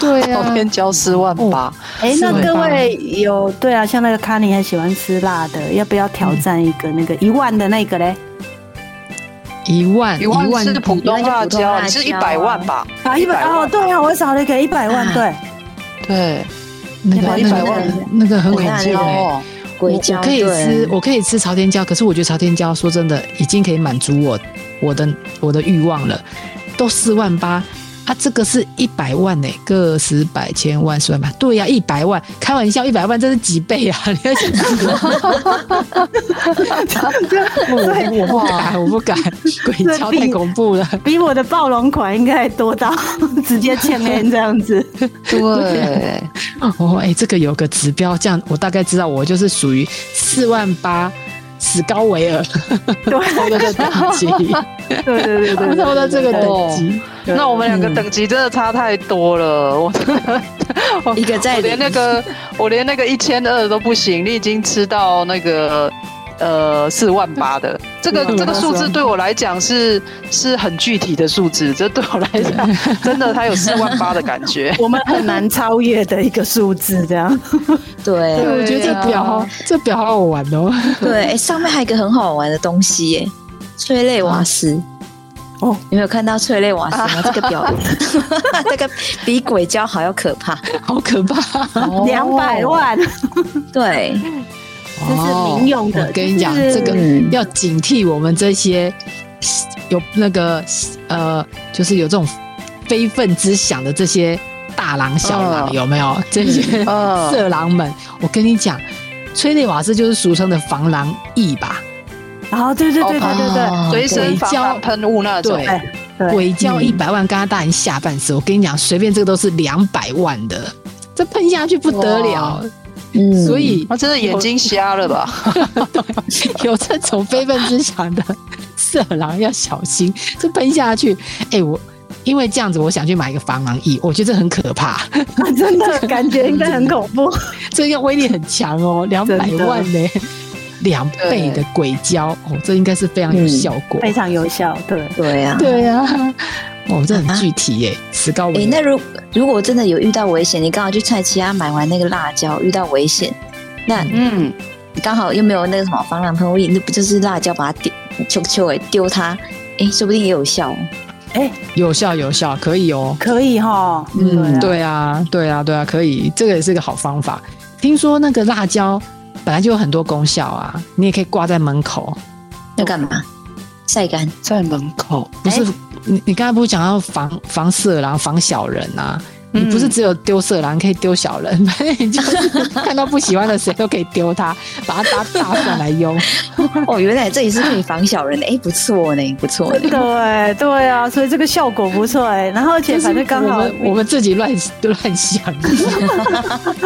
[SPEAKER 2] 对
[SPEAKER 4] 照
[SPEAKER 2] 啊，
[SPEAKER 4] 片交四万八，
[SPEAKER 5] 哎、那
[SPEAKER 2] 四万
[SPEAKER 5] 各
[SPEAKER 2] 八
[SPEAKER 5] 位有对啊，像那个卡尼很喜欢吃辣的，要不要挑战一个那个一万的那个嘞？
[SPEAKER 2] 一万
[SPEAKER 4] 一万是普通辣
[SPEAKER 3] 一万是普通辣
[SPEAKER 4] 椒，
[SPEAKER 3] 椒
[SPEAKER 4] 你是一百万吧？
[SPEAKER 5] 啊，一百
[SPEAKER 4] 100万
[SPEAKER 5] 哦，对啊，我少了一 个一百万，
[SPEAKER 3] 啊
[SPEAKER 5] 对，
[SPEAKER 4] 对，
[SPEAKER 2] 那个
[SPEAKER 5] 一
[SPEAKER 2] 那
[SPEAKER 5] 百
[SPEAKER 2] 个
[SPEAKER 5] 万
[SPEAKER 2] 那个很
[SPEAKER 3] 我
[SPEAKER 2] 恐
[SPEAKER 3] 看
[SPEAKER 2] 怖
[SPEAKER 3] 到
[SPEAKER 2] 哎、
[SPEAKER 4] 哦，
[SPEAKER 3] 鬼椒
[SPEAKER 2] 我可以吃，
[SPEAKER 3] 对，
[SPEAKER 2] 我可以吃朝天椒，可是我觉得朝天椒说真的，已经可以满足我我的我的欲望了，都四万八。啊，这个是一百万呢、个十百千万十万吧？对呀、一百万，开玩笑，一百万这是几倍啊！ 你要想死我！我我不敢，我不敢，鬼椒太恐怖了。
[SPEAKER 5] 比我的暴龙款应该多到 直接欠 N 这样子。
[SPEAKER 4] 对，
[SPEAKER 2] 哦，哎、这个有个指标，这样我大概知道我就是属于四万八史高维尔
[SPEAKER 5] 对
[SPEAKER 2] 的等级，
[SPEAKER 5] 对对对对对，
[SPEAKER 2] 差不多这个等级。
[SPEAKER 4] 那我们两个
[SPEAKER 2] 嗯
[SPEAKER 4] 等级真的差太多了，我真的我
[SPEAKER 3] 一个在
[SPEAKER 4] 我连那个我连那个一千二都不行，你已经吃到那个呃四万八的，这个
[SPEAKER 2] 嗯
[SPEAKER 4] 这个数字
[SPEAKER 2] 48
[SPEAKER 4] 对我来讲是是很具体的数字，这对我来讲真的它有四万八的感觉。
[SPEAKER 5] 我们很难超越的一个数字，这样。
[SPEAKER 2] 哎、
[SPEAKER 3] 对
[SPEAKER 2] 我觉得这表好，这表好好玩哦。
[SPEAKER 3] 对，哎，上面还有一个很好玩的东西耶，催泪瓦斯。
[SPEAKER 5] 哦，
[SPEAKER 3] 你没有看到催泪瓦斯吗？这个表，这个比鬼椒还要可怕。
[SPEAKER 2] 好可怕！
[SPEAKER 5] 两百万，
[SPEAKER 3] 对，
[SPEAKER 5] 这是民用的
[SPEAKER 2] 哦我跟你讲，
[SPEAKER 5] 就是
[SPEAKER 2] 这个
[SPEAKER 3] 嗯
[SPEAKER 2] 要警惕我们这些有那个呃，就是有这种非分之想的这些大狼小狼，
[SPEAKER 4] 嗯
[SPEAKER 2] 有没有？这些
[SPEAKER 4] 嗯
[SPEAKER 2] 色狼们，我跟你讲，催泪瓦斯就是俗称的防狼液吧？
[SPEAKER 5] 然后对对对对对对，
[SPEAKER 3] 哦
[SPEAKER 4] 随身防
[SPEAKER 2] 对
[SPEAKER 4] 狼喷雾那种，
[SPEAKER 2] 对
[SPEAKER 5] 哎对
[SPEAKER 2] 鬼叫
[SPEAKER 3] 嗯
[SPEAKER 2] 一百万，刚刚大人下半身，我跟你讲，随便这个都是两百万的，这喷下去不得了。
[SPEAKER 3] 嗯
[SPEAKER 2] 所以
[SPEAKER 4] 那真的眼睛瞎了吧？
[SPEAKER 2] 有这种非分之想的色狼要小心，这喷下去，哎、我因为这样子，我想去买一个防狼液，我觉得这很可怕，
[SPEAKER 5] 啊 真的感觉应该很恐怖。
[SPEAKER 2] 这个威力很强哦，两百
[SPEAKER 5] 真的
[SPEAKER 2] 万呢、两倍的鬼胶哦，这应该是非常有
[SPEAKER 3] 嗯
[SPEAKER 2] 效果。
[SPEAKER 5] 非常有效，对。
[SPEAKER 3] 对啊。
[SPEAKER 2] 对呀、啊，哦，这很具体耶，石膏
[SPEAKER 3] 诶，
[SPEAKER 2] 纹。
[SPEAKER 3] 哎那如如果真的有遇到危险，你刚好去菜奇亚买完那个辣椒，遇到危险，那
[SPEAKER 4] 嗯，
[SPEAKER 3] 刚好又没有那个什么防狼喷雾液，那不就是辣椒把它丢，球球诶丢它，诶，说不定也有效哦。
[SPEAKER 2] 有效有效，可以哦。
[SPEAKER 5] 可以哈，
[SPEAKER 2] 嗯，
[SPEAKER 5] 对啊，
[SPEAKER 2] 对啊，对啊，对啊，可以，这个也是个好方法。听说那个辣椒本来就有很多功效啊，你也可以挂在门口。
[SPEAKER 3] 要干嘛？晒干。
[SPEAKER 4] 在门 口，
[SPEAKER 2] 不
[SPEAKER 5] 哎
[SPEAKER 2] 是，你你刚才不是讲要防防色狼、防小人啊？你不是只有丢色狼，可以丢小人， 反正你就是看到不喜欢的谁都可以丢他，把他当大蒜来 用。
[SPEAKER 3] 哦，原来这里是可以防小人的，诶，哎不错呢，不错呢。
[SPEAKER 5] 对对啊，所以这个效果不错哎。然后而且反正刚好
[SPEAKER 2] 就是我们我们自己乱乱想。啊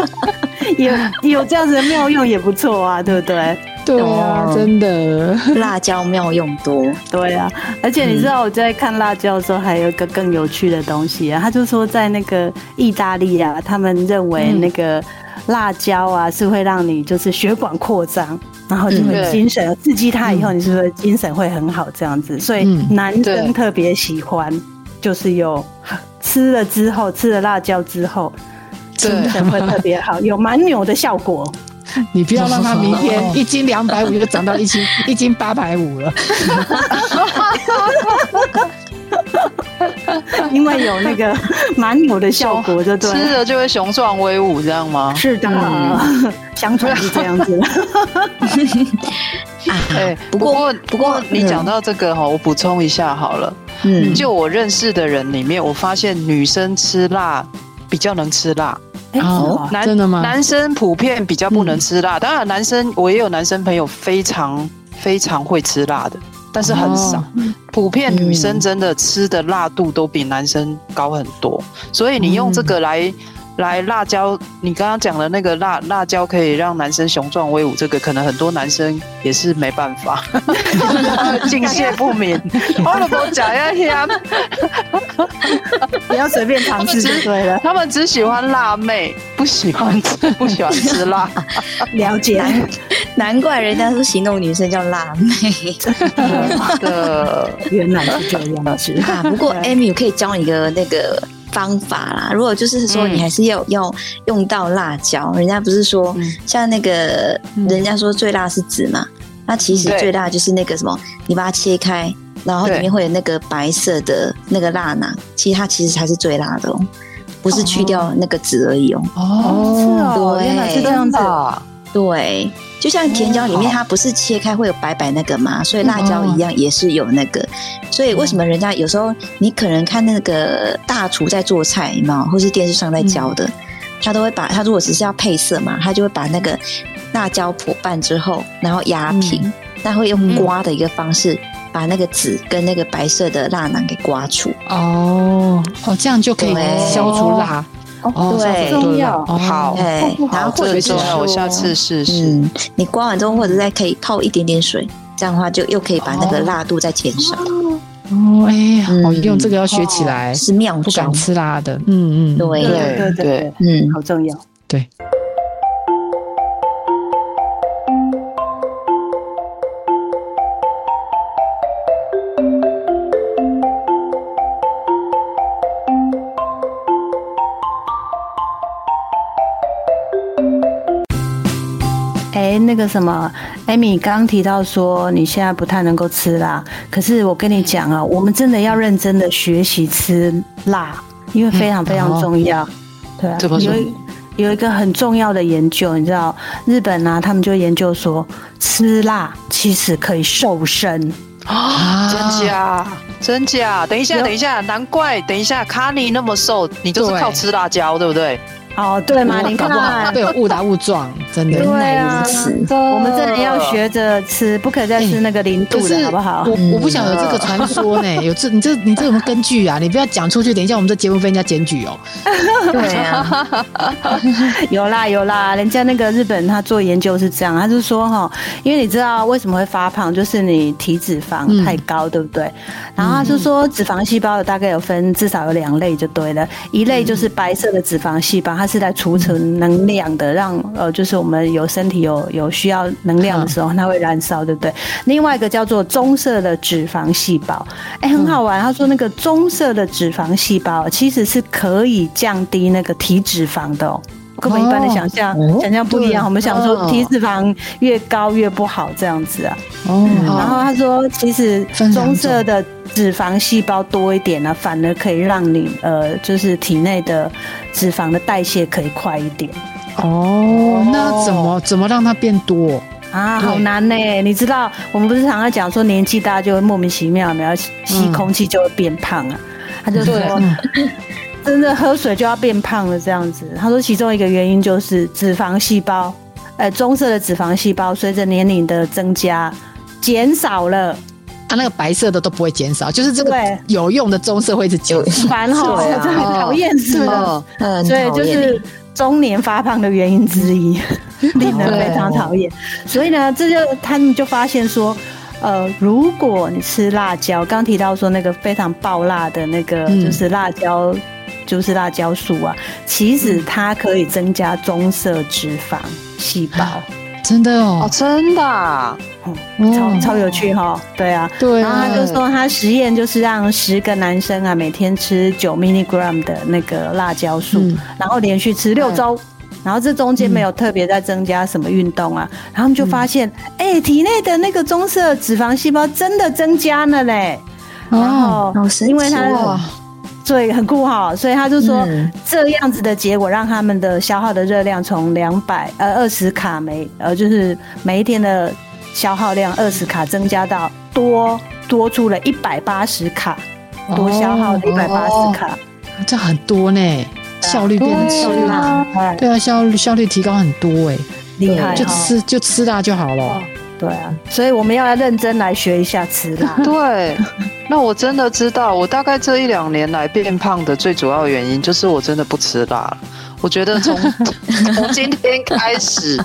[SPEAKER 5] 有有这样子的妙用也不错啊，对不对？
[SPEAKER 2] 对啊，
[SPEAKER 3] 哦
[SPEAKER 2] 真的。
[SPEAKER 3] 辣椒妙用多，
[SPEAKER 5] 对啊，而且
[SPEAKER 4] 嗯
[SPEAKER 5] 你知道我在看辣椒的时候，还有一个更有趣的东西啊，他就说在那个意大利啊，他们认为
[SPEAKER 4] 嗯
[SPEAKER 5] 那个辣椒啊是会让你就是血管扩张，然后就会
[SPEAKER 4] 嗯
[SPEAKER 5] 精神刺激它以后，你是不是精神会很好这样子？所以
[SPEAKER 2] 嗯
[SPEAKER 5] 男
[SPEAKER 4] 对
[SPEAKER 5] 生特别喜欢，就是有吃了之后，吃了辣椒之后。精
[SPEAKER 4] 对
[SPEAKER 5] 神会特别好，有蛮牛的 效果。
[SPEAKER 2] 你不要让他明 天一斤两百五就涨到一斤一斤八百五了。
[SPEAKER 5] 因为有那个蛮牛的效果，就对了。
[SPEAKER 4] 吃了就会雄壮威武，这样吗？
[SPEAKER 5] 是的，相传是这样子的。
[SPEAKER 4] 哎，
[SPEAKER 3] 不
[SPEAKER 4] 不
[SPEAKER 3] 过
[SPEAKER 4] 过不过你
[SPEAKER 3] 嗯
[SPEAKER 4] 讲到这个哈，我补充一下好了。
[SPEAKER 3] 嗯，
[SPEAKER 4] 就我认识的人里面，我发现女生吃辣比较能吃辣，
[SPEAKER 5] 哎
[SPEAKER 2] 哦
[SPEAKER 5] 哦，
[SPEAKER 4] 男
[SPEAKER 2] 真的吗嗯
[SPEAKER 4] 男生普遍比较不能吃辣。当然，男生我也有男生朋友非常非常会吃辣的，但是很少。
[SPEAKER 2] 哦
[SPEAKER 4] 普遍女生
[SPEAKER 3] 嗯
[SPEAKER 4] 真的吃的辣度都比男生高很多，所以你用这个
[SPEAKER 2] 嗯
[SPEAKER 4] 来。来辣椒，你刚刚讲的那个辣辣椒可以让男生雄壮威武，这个可能很多男生也是没办 法， 境界不明。我都没吃那香
[SPEAKER 5] 不要随便尝试就对了。
[SPEAKER 4] 他们只喜欢辣妹，不喜欢吃不喜欢吃辣。
[SPEAKER 5] 了 解，
[SPEAKER 3] 难怪人家说形容女生叫辣妹
[SPEAKER 4] 的
[SPEAKER 5] 原来是这样子。
[SPEAKER 3] 啊。不过
[SPEAKER 5] 对
[SPEAKER 3] Amy 我可以教你一个那个方法啦。如果就是说
[SPEAKER 4] 嗯
[SPEAKER 3] 你还是要要用到辣椒，人家不是说
[SPEAKER 4] 嗯
[SPEAKER 3] 像那个人家说最辣是籽嘛，那其实
[SPEAKER 4] 对
[SPEAKER 3] 最辣就是那个什么，你把它切开。然后里
[SPEAKER 4] 对
[SPEAKER 3] 面会有那个白色的那个辣囊，其实它其实才是最辣的哦，不是去掉那个籽而已哦。
[SPEAKER 4] 哦，
[SPEAKER 5] 是哦，
[SPEAKER 3] 对
[SPEAKER 5] 原来是这样子。
[SPEAKER 4] 啊，
[SPEAKER 3] 对，就像甜椒里面
[SPEAKER 4] 哦
[SPEAKER 3] 它不是切开会有白白那个嘛，所以辣椒
[SPEAKER 2] 嗯
[SPEAKER 3] 一样也是有那个。所以为什么人家有时候你可能看那个大厨在做菜嘛，或是电视上在教
[SPEAKER 2] 嗯
[SPEAKER 3] 的，他都会把他如果只是要配色嘛，他就会把那个辣椒破拌之后，然后压
[SPEAKER 2] 嗯
[SPEAKER 3] 平，那、会用刮的一个方式。把那个籽跟那个白色的辣囊给刮除，
[SPEAKER 2] 哦哦，这样就可以
[SPEAKER 3] 对
[SPEAKER 2] 消除辣哦，
[SPEAKER 3] 对
[SPEAKER 2] 消除
[SPEAKER 5] 重
[SPEAKER 2] 辣
[SPEAKER 5] 要
[SPEAKER 2] 哦
[SPEAKER 4] 好
[SPEAKER 3] 哎，然后
[SPEAKER 4] 好，
[SPEAKER 3] 或
[SPEAKER 4] 这
[SPEAKER 3] 者
[SPEAKER 4] 个
[SPEAKER 3] 是说
[SPEAKER 4] 重要，我下次试试。
[SPEAKER 3] 嗯，你刮完之后，或者再可以泡一点点水，这样的话就又可以把那个辣度再减少，
[SPEAKER 2] 哦，哎，
[SPEAKER 3] 嗯
[SPEAKER 2] 好用，这个要学起来，
[SPEAKER 3] 是妙
[SPEAKER 2] 不敢
[SPEAKER 3] 招。
[SPEAKER 2] 吃辣的，嗯嗯，
[SPEAKER 3] 对
[SPEAKER 5] 对对
[SPEAKER 4] 对
[SPEAKER 5] 对，
[SPEAKER 3] 嗯，
[SPEAKER 5] 好重要。
[SPEAKER 2] 对。
[SPEAKER 5] 哎，那个什么，艾米刚提到说你现在不太能够吃辣，可是我跟你讲啊，我们真的要认真的学习吃辣，因为非常非常重要。对啊，
[SPEAKER 4] 怎么说
[SPEAKER 5] 有一有一个很重要的研究，你知道日本啊，他们就研究说吃辣其实可以瘦身。
[SPEAKER 3] 嗯
[SPEAKER 4] 啊，真假？真假？等一下，
[SPEAKER 5] 有
[SPEAKER 4] 等一下，难怪等一下卡尼那么瘦，你就是
[SPEAKER 2] 对
[SPEAKER 4] 靠吃辣椒，对不对？
[SPEAKER 5] 哦，对嘛，你
[SPEAKER 2] 搞不好
[SPEAKER 5] 看，
[SPEAKER 2] 被我误打误撞，真的。
[SPEAKER 5] 对啊
[SPEAKER 3] 原来如此，
[SPEAKER 5] 我们真的要学着吃，不可以再吃那个零
[SPEAKER 2] 啊可
[SPEAKER 5] 度
[SPEAKER 2] 是
[SPEAKER 5] 的，好不好？
[SPEAKER 2] 我我不想有这个传说呢，有这你这你这有什么根据啊？你不要讲出去，等一下我们这节目被人家检举哦。
[SPEAKER 3] 对啊，
[SPEAKER 5] 有啦有啦，人家那个日本人他做研究是这样，他就说哈，因为你知道为什么会发胖，就是你体脂肪太高，对不对？然后他就说脂肪细胞有大概有分至少有两类就对了，一类就是白色的脂肪细胞，它是在储存能量的，让呃就是我们有身体有有需要能量的时候，它会燃烧，对不对？另外一个叫做棕色的脂肪细胞，哎、
[SPEAKER 2] 嗯
[SPEAKER 5] 很好玩。他说那个棕色的脂肪细胞其实是可以降低那个体脂肪的哦。跟我们一般的想象、
[SPEAKER 2] 哦
[SPEAKER 5] 想象不一样，
[SPEAKER 2] 对
[SPEAKER 5] 我们想说
[SPEAKER 2] 嗯
[SPEAKER 5] 体脂肪越高越不好这样子啊。然
[SPEAKER 2] 哦，
[SPEAKER 5] 后他说，其实
[SPEAKER 2] 分两种
[SPEAKER 5] 棕色的脂肪细胞多一点呢、反而可以让你呃，就是体内的脂肪的代谢可以快一点
[SPEAKER 2] 哦，那怎么怎么让它变多？
[SPEAKER 5] 啊，
[SPEAKER 2] 对
[SPEAKER 5] 好难呢、你知道，我们不是常常讲说年纪大就会莫名其妙，有没有吸
[SPEAKER 2] 嗯
[SPEAKER 5] 空气就会变胖啊？他就
[SPEAKER 4] 对
[SPEAKER 5] 说， 真的喝水就要变胖了这样子。他说，其中一个原因就是脂肪细胞，呃，棕色的脂肪细胞随着年龄的增加减少了。
[SPEAKER 2] 它那个白色的都不会减少，就是这个
[SPEAKER 5] 对
[SPEAKER 2] 有用的棕色会一直减少。
[SPEAKER 5] 烦吼，
[SPEAKER 3] 对啊嗯
[SPEAKER 5] 真的很讨 厌死了。
[SPEAKER 4] 哦，
[SPEAKER 3] 很
[SPEAKER 5] 所以
[SPEAKER 3] 讨
[SPEAKER 5] 就
[SPEAKER 3] 厌。
[SPEAKER 5] 是中年发胖的原因之一， 令人非常讨厌。所以呢，这就他们就发现说，呃，如果你吃辣椒，刚提到说那个非常爆辣的那个，
[SPEAKER 2] 嗯
[SPEAKER 5] 就是辣椒。就是辣椒素啊，其实它可以增加棕色脂肪细胞，
[SPEAKER 2] 真的哦，
[SPEAKER 4] 真的啊、
[SPEAKER 3] 嗯
[SPEAKER 5] 超
[SPEAKER 2] 哦，
[SPEAKER 5] 超有趣哈、对啊，
[SPEAKER 2] 对
[SPEAKER 5] 然后
[SPEAKER 2] 啊
[SPEAKER 5] 他，就说，他实验就是让十个男生啊，每天吃九 milligram 的那个辣椒素，
[SPEAKER 2] 嗯
[SPEAKER 5] 然后连续吃六周，然后这中间没有特别再增加什么运动啊，然后他们就发现，哎、体内的那个棕色脂肪细胞真的增加了嘞。然
[SPEAKER 2] 哦，
[SPEAKER 5] 后
[SPEAKER 3] 好，神奇
[SPEAKER 5] 因 为他
[SPEAKER 3] 哦
[SPEAKER 5] 所以很酷哈、所以他就说、
[SPEAKER 3] 嗯
[SPEAKER 5] 这样子的结果让他们的消耗的热量从两百呃二十卡每呃就是每一天的消耗量二十卡增加到多多出了一百八十卡，
[SPEAKER 2] 哦
[SPEAKER 5] 多消耗了一百八十卡，
[SPEAKER 2] 这很多
[SPEAKER 5] 啊
[SPEAKER 2] 呢，效率
[SPEAKER 5] 哦
[SPEAKER 2] 变
[SPEAKER 4] 对啊
[SPEAKER 2] 效率
[SPEAKER 4] 是啊。
[SPEAKER 5] 哎
[SPEAKER 2] 对啊，效率效率提高很多哎，
[SPEAKER 5] 厉害
[SPEAKER 2] 就
[SPEAKER 5] 哈、
[SPEAKER 2] 吃就吃辣就好了。
[SPEAKER 5] 对啊，所以我们要认真来学一下 吃辣
[SPEAKER 4] 对，那我真的知道，我大概这一两年来变胖的最主要原因就是我真的不吃辣了。我觉 得从从今天开始，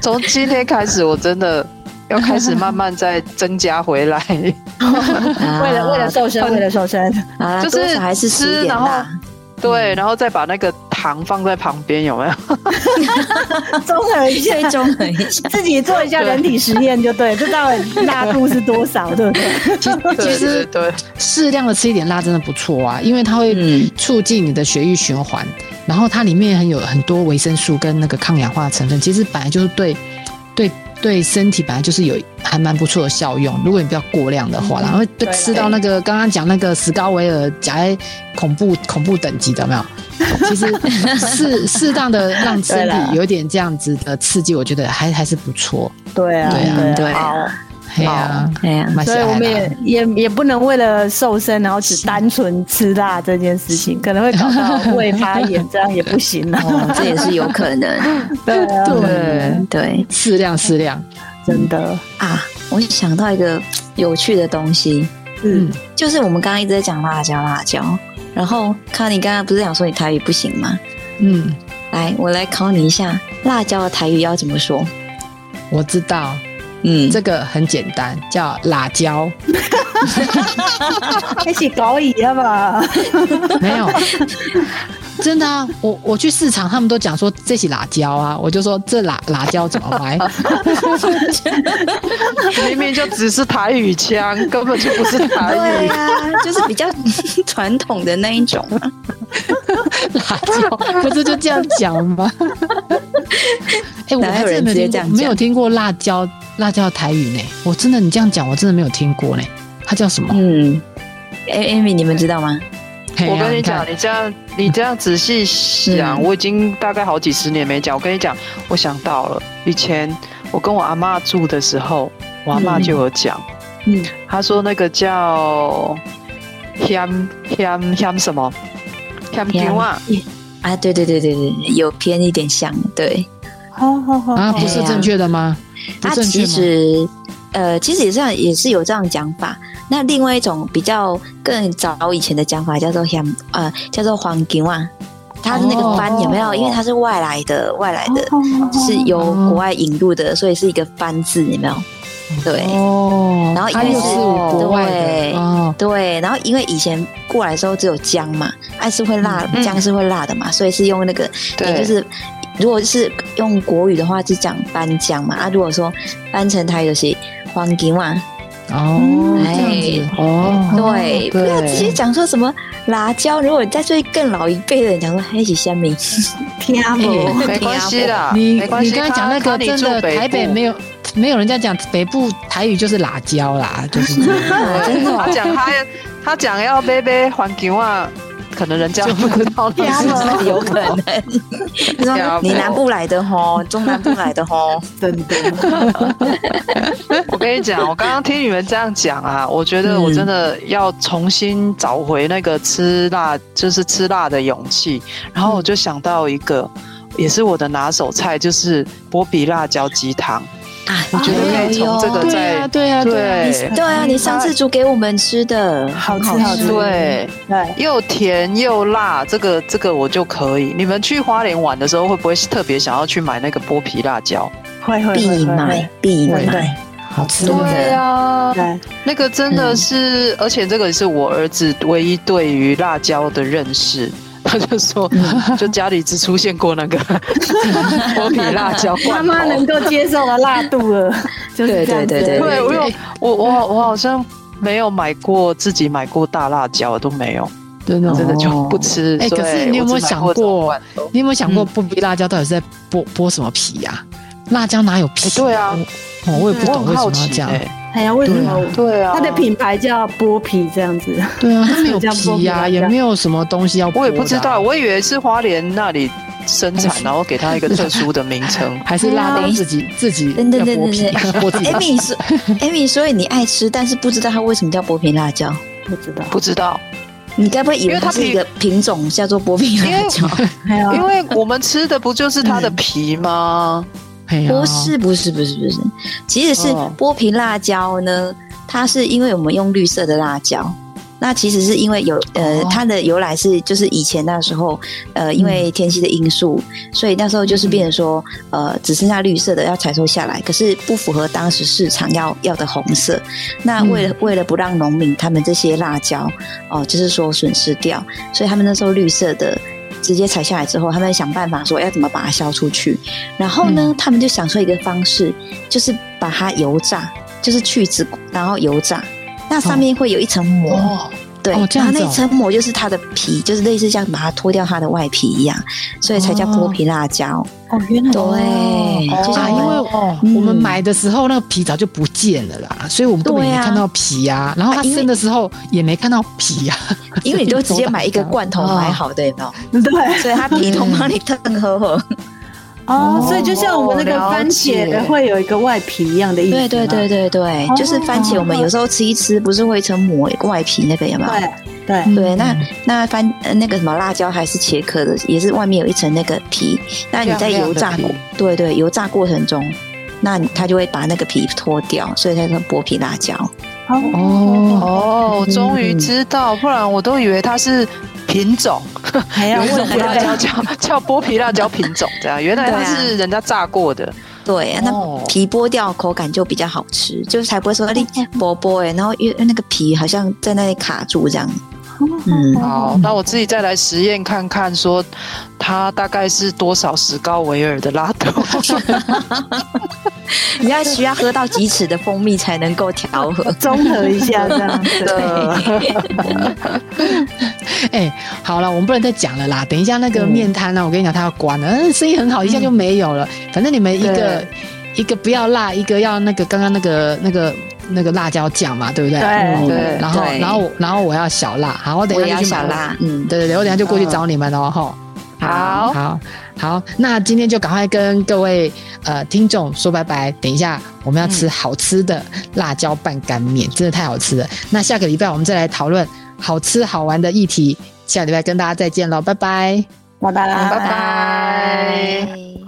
[SPEAKER 4] 从今天开始，我真的要开始慢慢再增加回来。
[SPEAKER 2] 啊
[SPEAKER 5] 为了为了瘦身，为了瘦身，
[SPEAKER 3] 啊，
[SPEAKER 4] 就是
[SPEAKER 3] 多少还是吃一
[SPEAKER 4] 吃
[SPEAKER 3] 点
[SPEAKER 4] 然后
[SPEAKER 3] 辣，
[SPEAKER 2] 嗯
[SPEAKER 4] 对，然后再把那个糖放在旁边，有没有？
[SPEAKER 5] 综合一下。
[SPEAKER 3] 最， 终等一下
[SPEAKER 5] 自己做一下人体实验就对，这到 底辣度是多少，对不对？
[SPEAKER 2] 其实
[SPEAKER 4] 对对
[SPEAKER 2] 适量的吃一点辣真的不错啊，因为它会
[SPEAKER 3] 嗯
[SPEAKER 2] 促进你的血液循环，然后它里面很有很多维生素跟那个抗氧化成分，其实本来就是对对对身体本来就是有还蛮不错的效用。如果你不要过量的话啦，然后被
[SPEAKER 5] 嗯对
[SPEAKER 2] 吃到那个刚刚讲那个史高维尔夹在恐怖恐怖等级的有没有？其实 适适当的让身
[SPEAKER 5] 对啦
[SPEAKER 2] 体有点这样子的刺激，我觉得还还是不错。
[SPEAKER 5] 对啊，
[SPEAKER 2] 对啊
[SPEAKER 3] 对
[SPEAKER 5] 好
[SPEAKER 3] 啊
[SPEAKER 2] 嘿呀、
[SPEAKER 3] 哎呀，
[SPEAKER 2] 蛮喜啊
[SPEAKER 5] 所以
[SPEAKER 2] 欢
[SPEAKER 5] 我
[SPEAKER 2] 啦
[SPEAKER 5] 们也也也不能为了瘦身，然后只单纯吃辣这件事情，可能会搞到胃发炎，这样也不行啊。
[SPEAKER 3] 哦，这也是有可 能，
[SPEAKER 5] 对啊，
[SPEAKER 2] 对
[SPEAKER 3] 对
[SPEAKER 2] 适量适量，
[SPEAKER 5] 真的，
[SPEAKER 3] 啊，我想到一个有趣的东西，
[SPEAKER 5] 嗯
[SPEAKER 2] 嗯，
[SPEAKER 3] 就是我们刚刚一直在讲辣椒辣椒，然后康你刚刚不是讲说你台语不行吗？
[SPEAKER 2] 嗯，
[SPEAKER 3] 来，我来考你一下，辣椒的台语要怎么说？
[SPEAKER 2] 我知道。
[SPEAKER 3] 嗯，
[SPEAKER 2] 这个很简单，叫辣 椒。
[SPEAKER 5] 一起搞一下吧。
[SPEAKER 2] 没有，真的啊！我我去市场，他们都讲说这是辣椒啊，我就说这辣辣椒怎么 来？
[SPEAKER 4] 对，明明就只是台语腔，根本就不是台
[SPEAKER 3] 对
[SPEAKER 4] 语。
[SPEAKER 3] 啊， 就是比较传统的那一种。
[SPEAKER 2] 辣椒不是就这样讲 吗？哎、我
[SPEAKER 3] 哪
[SPEAKER 2] 还
[SPEAKER 3] 有
[SPEAKER 2] 真
[SPEAKER 3] 人
[SPEAKER 2] 的没有
[SPEAKER 3] 直接这
[SPEAKER 2] 听
[SPEAKER 3] 样
[SPEAKER 2] 过，
[SPEAKER 3] 讲
[SPEAKER 2] 没有听过辣椒辣椒的台语呢。我真的，你这样讲，我真的没有听过呢。它叫什么？
[SPEAKER 3] 嗯，a m y 你们知道吗？
[SPEAKER 2] 嘿
[SPEAKER 4] 我
[SPEAKER 2] 啊
[SPEAKER 4] 跟你
[SPEAKER 2] 看
[SPEAKER 4] 讲，你这样你这样仔细想，
[SPEAKER 3] 嗯
[SPEAKER 4] 我已经大概好几十年没讲。我跟你讲，我想到了，以前我跟我阿嬷住的时候，我阿嬷就有讲，
[SPEAKER 3] 嗯，
[SPEAKER 4] 她说那个叫香香香什么
[SPEAKER 3] 香
[SPEAKER 4] 香丢啊，
[SPEAKER 3] 啊，对对对对对，有偏一点像，对。
[SPEAKER 5] 好好好，
[SPEAKER 2] 啊，
[SPEAKER 5] 好
[SPEAKER 2] 不是
[SPEAKER 3] 哎呀
[SPEAKER 2] 正确的吗？不
[SPEAKER 3] 它
[SPEAKER 2] 正确
[SPEAKER 3] 其
[SPEAKER 2] 吗？
[SPEAKER 3] 实，呃，其实也上也是有这样讲法。那另外一种比较更早以前的讲法叫做香，呃，叫做黄金啊。它的那个番有没有？
[SPEAKER 4] 哦
[SPEAKER 3] 因为它是外来的，外来
[SPEAKER 2] 哦
[SPEAKER 3] 的，
[SPEAKER 5] 好
[SPEAKER 3] 就是由国外引入的，所以是一个番字，有没有？对
[SPEAKER 2] 哦，
[SPEAKER 3] 然后因
[SPEAKER 2] 它
[SPEAKER 3] 为
[SPEAKER 2] 又是
[SPEAKER 3] 是
[SPEAKER 2] 国外
[SPEAKER 3] 对
[SPEAKER 2] 的哦，
[SPEAKER 3] 对。然后因为以前过来的时候只有姜嘛，爱是会辣，
[SPEAKER 4] 嗯
[SPEAKER 3] 姜是会辣的嘛，所以是用那个，也
[SPEAKER 4] 对，
[SPEAKER 3] 就是如果是用国语的话是讲番姜嘛，啊，如果说翻成台语就是黄金嘛。
[SPEAKER 2] 哦，
[SPEAKER 3] 哎
[SPEAKER 2] 这样子哦，
[SPEAKER 3] 对，不要
[SPEAKER 4] 对
[SPEAKER 3] 直接讲说什么辣椒。如果你再对更老一辈的人讲说，黑起虾 米，
[SPEAKER 5] 听不？
[SPEAKER 4] 哎 没关系啦，
[SPEAKER 2] 你
[SPEAKER 4] 啊没关
[SPEAKER 2] 你
[SPEAKER 4] 系。
[SPEAKER 2] 刚才讲那
[SPEAKER 4] 他
[SPEAKER 2] 个真的台北没，有没有人家讲北部台语就是辣椒 啦，就是这样
[SPEAKER 4] 他你住北部他讲他他讲要杯杯环球啊，可能人家不知道 你是
[SPEAKER 5] 天啊
[SPEAKER 3] 有可能。你说你南部来的吼，中南部来的吼，
[SPEAKER 5] 真的，
[SPEAKER 4] 我跟你讲，我刚刚听你们这样讲啊，我觉得我真的要重新找回那个吃辣，就是吃辣的勇气。然后我就想到一个，也是我的拿手菜，就是波比辣椒鸡汤。
[SPEAKER 3] 啊
[SPEAKER 4] 我觉得可以从这个
[SPEAKER 2] 对啊，
[SPEAKER 4] 再
[SPEAKER 2] 对啊，啊，
[SPEAKER 4] 对
[SPEAKER 3] 对啊，你上次煮给我们吃的，
[SPEAKER 5] 好吃
[SPEAKER 3] 很
[SPEAKER 5] 好吃
[SPEAKER 4] 对，
[SPEAKER 5] 对，
[SPEAKER 4] 又甜又辣，这个这个我就可以。你们去花莲玩的时候，会不会特别想要去买那个剥皮辣椒？
[SPEAKER 5] 会会
[SPEAKER 3] 必
[SPEAKER 5] 会
[SPEAKER 3] 买
[SPEAKER 5] 会，
[SPEAKER 3] 必
[SPEAKER 5] 会
[SPEAKER 3] 买。
[SPEAKER 5] 对
[SPEAKER 2] 好吃
[SPEAKER 3] 真
[SPEAKER 2] 的
[SPEAKER 3] 的
[SPEAKER 4] 啊，
[SPEAKER 5] 对，
[SPEAKER 4] 那个真
[SPEAKER 2] 嗯
[SPEAKER 4] 的是，而且这个也是我儿子唯一对于辣椒的认识。 他就说，
[SPEAKER 2] 嗯
[SPEAKER 4] 就家里只出现过 那个剥皮辣椒
[SPEAKER 5] 妈
[SPEAKER 4] 罐
[SPEAKER 5] 妈能
[SPEAKER 4] 头。
[SPEAKER 5] 够接受的辣度了，就是这样子
[SPEAKER 3] 对对对
[SPEAKER 4] 对，我有我我好我好像没有买过自己买过大辣椒，都没有，
[SPEAKER 2] 真的哦
[SPEAKER 4] 真的就不吃。
[SPEAKER 2] 哎
[SPEAKER 4] 所以
[SPEAKER 2] 可是你有没有想
[SPEAKER 4] 我只买这种
[SPEAKER 2] 过
[SPEAKER 4] 罐头
[SPEAKER 2] 你有没有
[SPEAKER 4] 嗯
[SPEAKER 2] 想过剥皮辣椒到底是在剥剥什么皮呀？辣椒哪有皮？
[SPEAKER 4] 哎对啊
[SPEAKER 2] 我，哦，我也不
[SPEAKER 4] 我
[SPEAKER 2] 懂
[SPEAKER 4] 很
[SPEAKER 2] 为什
[SPEAKER 4] 好
[SPEAKER 2] 么要
[SPEAKER 4] 奇
[SPEAKER 2] 这样。
[SPEAKER 4] 欸
[SPEAKER 5] 哎呀，为什么
[SPEAKER 2] 对
[SPEAKER 4] 对啊，
[SPEAKER 5] 它的品牌叫剥皮这样子？
[SPEAKER 2] 对啊，它 没有
[SPEAKER 5] 这样剥
[SPEAKER 2] 皮
[SPEAKER 5] 皮
[SPEAKER 2] 呀，
[SPEAKER 5] 辣椒
[SPEAKER 2] 也没有什么东西要剥的啊。
[SPEAKER 4] 我也不知道，我以为是花莲那里生
[SPEAKER 2] 哎。
[SPEAKER 4] 产，然后给它一个特殊的名称
[SPEAKER 2] 还是辣椒自己自己要
[SPEAKER 3] 哎等等等
[SPEAKER 2] 剥皮，
[SPEAKER 3] 等等
[SPEAKER 2] 剥
[SPEAKER 3] 哎
[SPEAKER 2] 自己的皮。
[SPEAKER 3] ，Amy 说，Amy 所以你爱吃，但是不知道它为什么叫剥皮辣椒。
[SPEAKER 5] 不知道，
[SPEAKER 4] 不知道，
[SPEAKER 3] 你该不会以为它是一个品种叫做剥皮辣 椒？
[SPEAKER 5] 还
[SPEAKER 3] 啊
[SPEAKER 5] 有
[SPEAKER 4] 因为我们吃的不就是它的皮吗？
[SPEAKER 2] 哎呀
[SPEAKER 3] 不是不是不是不是，其实是
[SPEAKER 4] 哦
[SPEAKER 3] 剥皮辣椒呢，它是因为我们用绿色的辣椒。那其实是因为有呃
[SPEAKER 2] 哦，
[SPEAKER 3] 它的由来是就是以前那时候呃，因为天气的因素，所以那时候就是变成说呃，只剩下绿色的要采收下来，可是不符合当时市场要要的红色。那为了、为了不让农民他们这些辣椒哦、就是说损失掉，所以他们那时候绿色的直接采下来之后，他们想办法说要怎么把它销出去。然后呢，
[SPEAKER 2] 嗯
[SPEAKER 3] 他们就想出一个方式，就是把它油炸，就是去籽骨，然后油炸。那上面会有一层膜，
[SPEAKER 2] 哦，
[SPEAKER 3] 对，
[SPEAKER 2] 哦这
[SPEAKER 3] 然
[SPEAKER 2] 样子哦
[SPEAKER 3] 后那一层膜就是它的皮，就是类似像把它脱掉它的外皮一样，所以才叫剥皮辣椒。
[SPEAKER 5] 哦，原来
[SPEAKER 3] 对，
[SPEAKER 2] 啊，
[SPEAKER 3] 就像
[SPEAKER 2] 因为
[SPEAKER 3] 我
[SPEAKER 2] 哦，
[SPEAKER 3] 嗯
[SPEAKER 2] 我们买的时候那个皮早就不见了啦，所以我们根本也没
[SPEAKER 3] 对啊
[SPEAKER 2] 看到皮呀、然后它
[SPEAKER 3] 啊因为
[SPEAKER 2] 生的时候也没看到皮啊呀、
[SPEAKER 3] 们，啊因为你都直接买一个罐头买
[SPEAKER 2] 哦
[SPEAKER 3] 好的，有没有？
[SPEAKER 5] 们对
[SPEAKER 3] 所以它皮都帮你烫 呵呵。
[SPEAKER 5] 哦
[SPEAKER 2] 哦，
[SPEAKER 5] 所以就像我们那个番
[SPEAKER 4] 了
[SPEAKER 5] 茄
[SPEAKER 4] 解
[SPEAKER 5] 会有一个外皮一样的意思，
[SPEAKER 3] 对对对，对对
[SPEAKER 5] 哦，
[SPEAKER 3] 就是番茄，我们有时候吃一吃，不是会一层膜有个外皮那个有没有？
[SPEAKER 5] 对
[SPEAKER 3] 啊对，
[SPEAKER 5] 对，
[SPEAKER 3] 那那番呃那个什么辣椒还是茄科的，也是外面有一层那个皮。那你在油炸
[SPEAKER 4] 亮亮的
[SPEAKER 3] 过，对对，油炸过程中，那你它就会把那个皮脱掉，所以它叫剥皮辣椒。嗯
[SPEAKER 2] 哦，
[SPEAKER 4] 哦，终于知道，不然我都以为它是品种，
[SPEAKER 5] 还要
[SPEAKER 4] 有一种
[SPEAKER 5] 问
[SPEAKER 4] 皮辣
[SPEAKER 5] 对
[SPEAKER 4] 椒叫叫剥皮辣椒品种这样，原来它
[SPEAKER 3] 对啊
[SPEAKER 4] 是人家炸过的。
[SPEAKER 3] 对，那
[SPEAKER 4] 哦
[SPEAKER 3] 皮剥掉口感就比较好吃，就是才不会说哎你
[SPEAKER 2] 哦
[SPEAKER 3] 剥剥哎，然后因为那个皮好像在那里卡住这样。
[SPEAKER 2] 哦
[SPEAKER 3] 嗯，
[SPEAKER 4] 好，那我自己再来实验看看，说它大概是多少石膏维尔的拉豆。
[SPEAKER 3] 你要需要喝到几匙的蜂蜜才能够调和。
[SPEAKER 5] 综合一下这样子，
[SPEAKER 2] 哎、好了，我们不能再讲了啦。等一下那个面摊呢、我跟你讲，它要关了，嗯，生意很好，一下就没有了。
[SPEAKER 3] 嗯
[SPEAKER 2] 反正你们一个
[SPEAKER 4] 对
[SPEAKER 2] 一个不要辣，一个要那个刚刚那个那个那个辣椒酱嘛，对不对？
[SPEAKER 5] 对
[SPEAKER 2] 嗯
[SPEAKER 4] 对
[SPEAKER 2] 然后
[SPEAKER 3] 对
[SPEAKER 2] 然后我然后我要小辣，好，我等
[SPEAKER 3] 我
[SPEAKER 2] 一下
[SPEAKER 3] 也要
[SPEAKER 2] 就去买
[SPEAKER 3] 小
[SPEAKER 2] 了。
[SPEAKER 3] 辣，嗯，
[SPEAKER 2] 对对对，我等一下就过去
[SPEAKER 4] 嗯
[SPEAKER 2] 找你们哦，吼。
[SPEAKER 4] 好，
[SPEAKER 2] 好好，那今天就赶快跟各位呃听众说拜拜。等一下我们要吃好吃的辣椒拌干面，真的太好吃了。那下个嗯礼拜我们再来讨论好吃好玩的议题。下礼拜跟大家再见喽，拜拜。
[SPEAKER 6] 拜拜
[SPEAKER 3] 拜拜。
[SPEAKER 4] 拜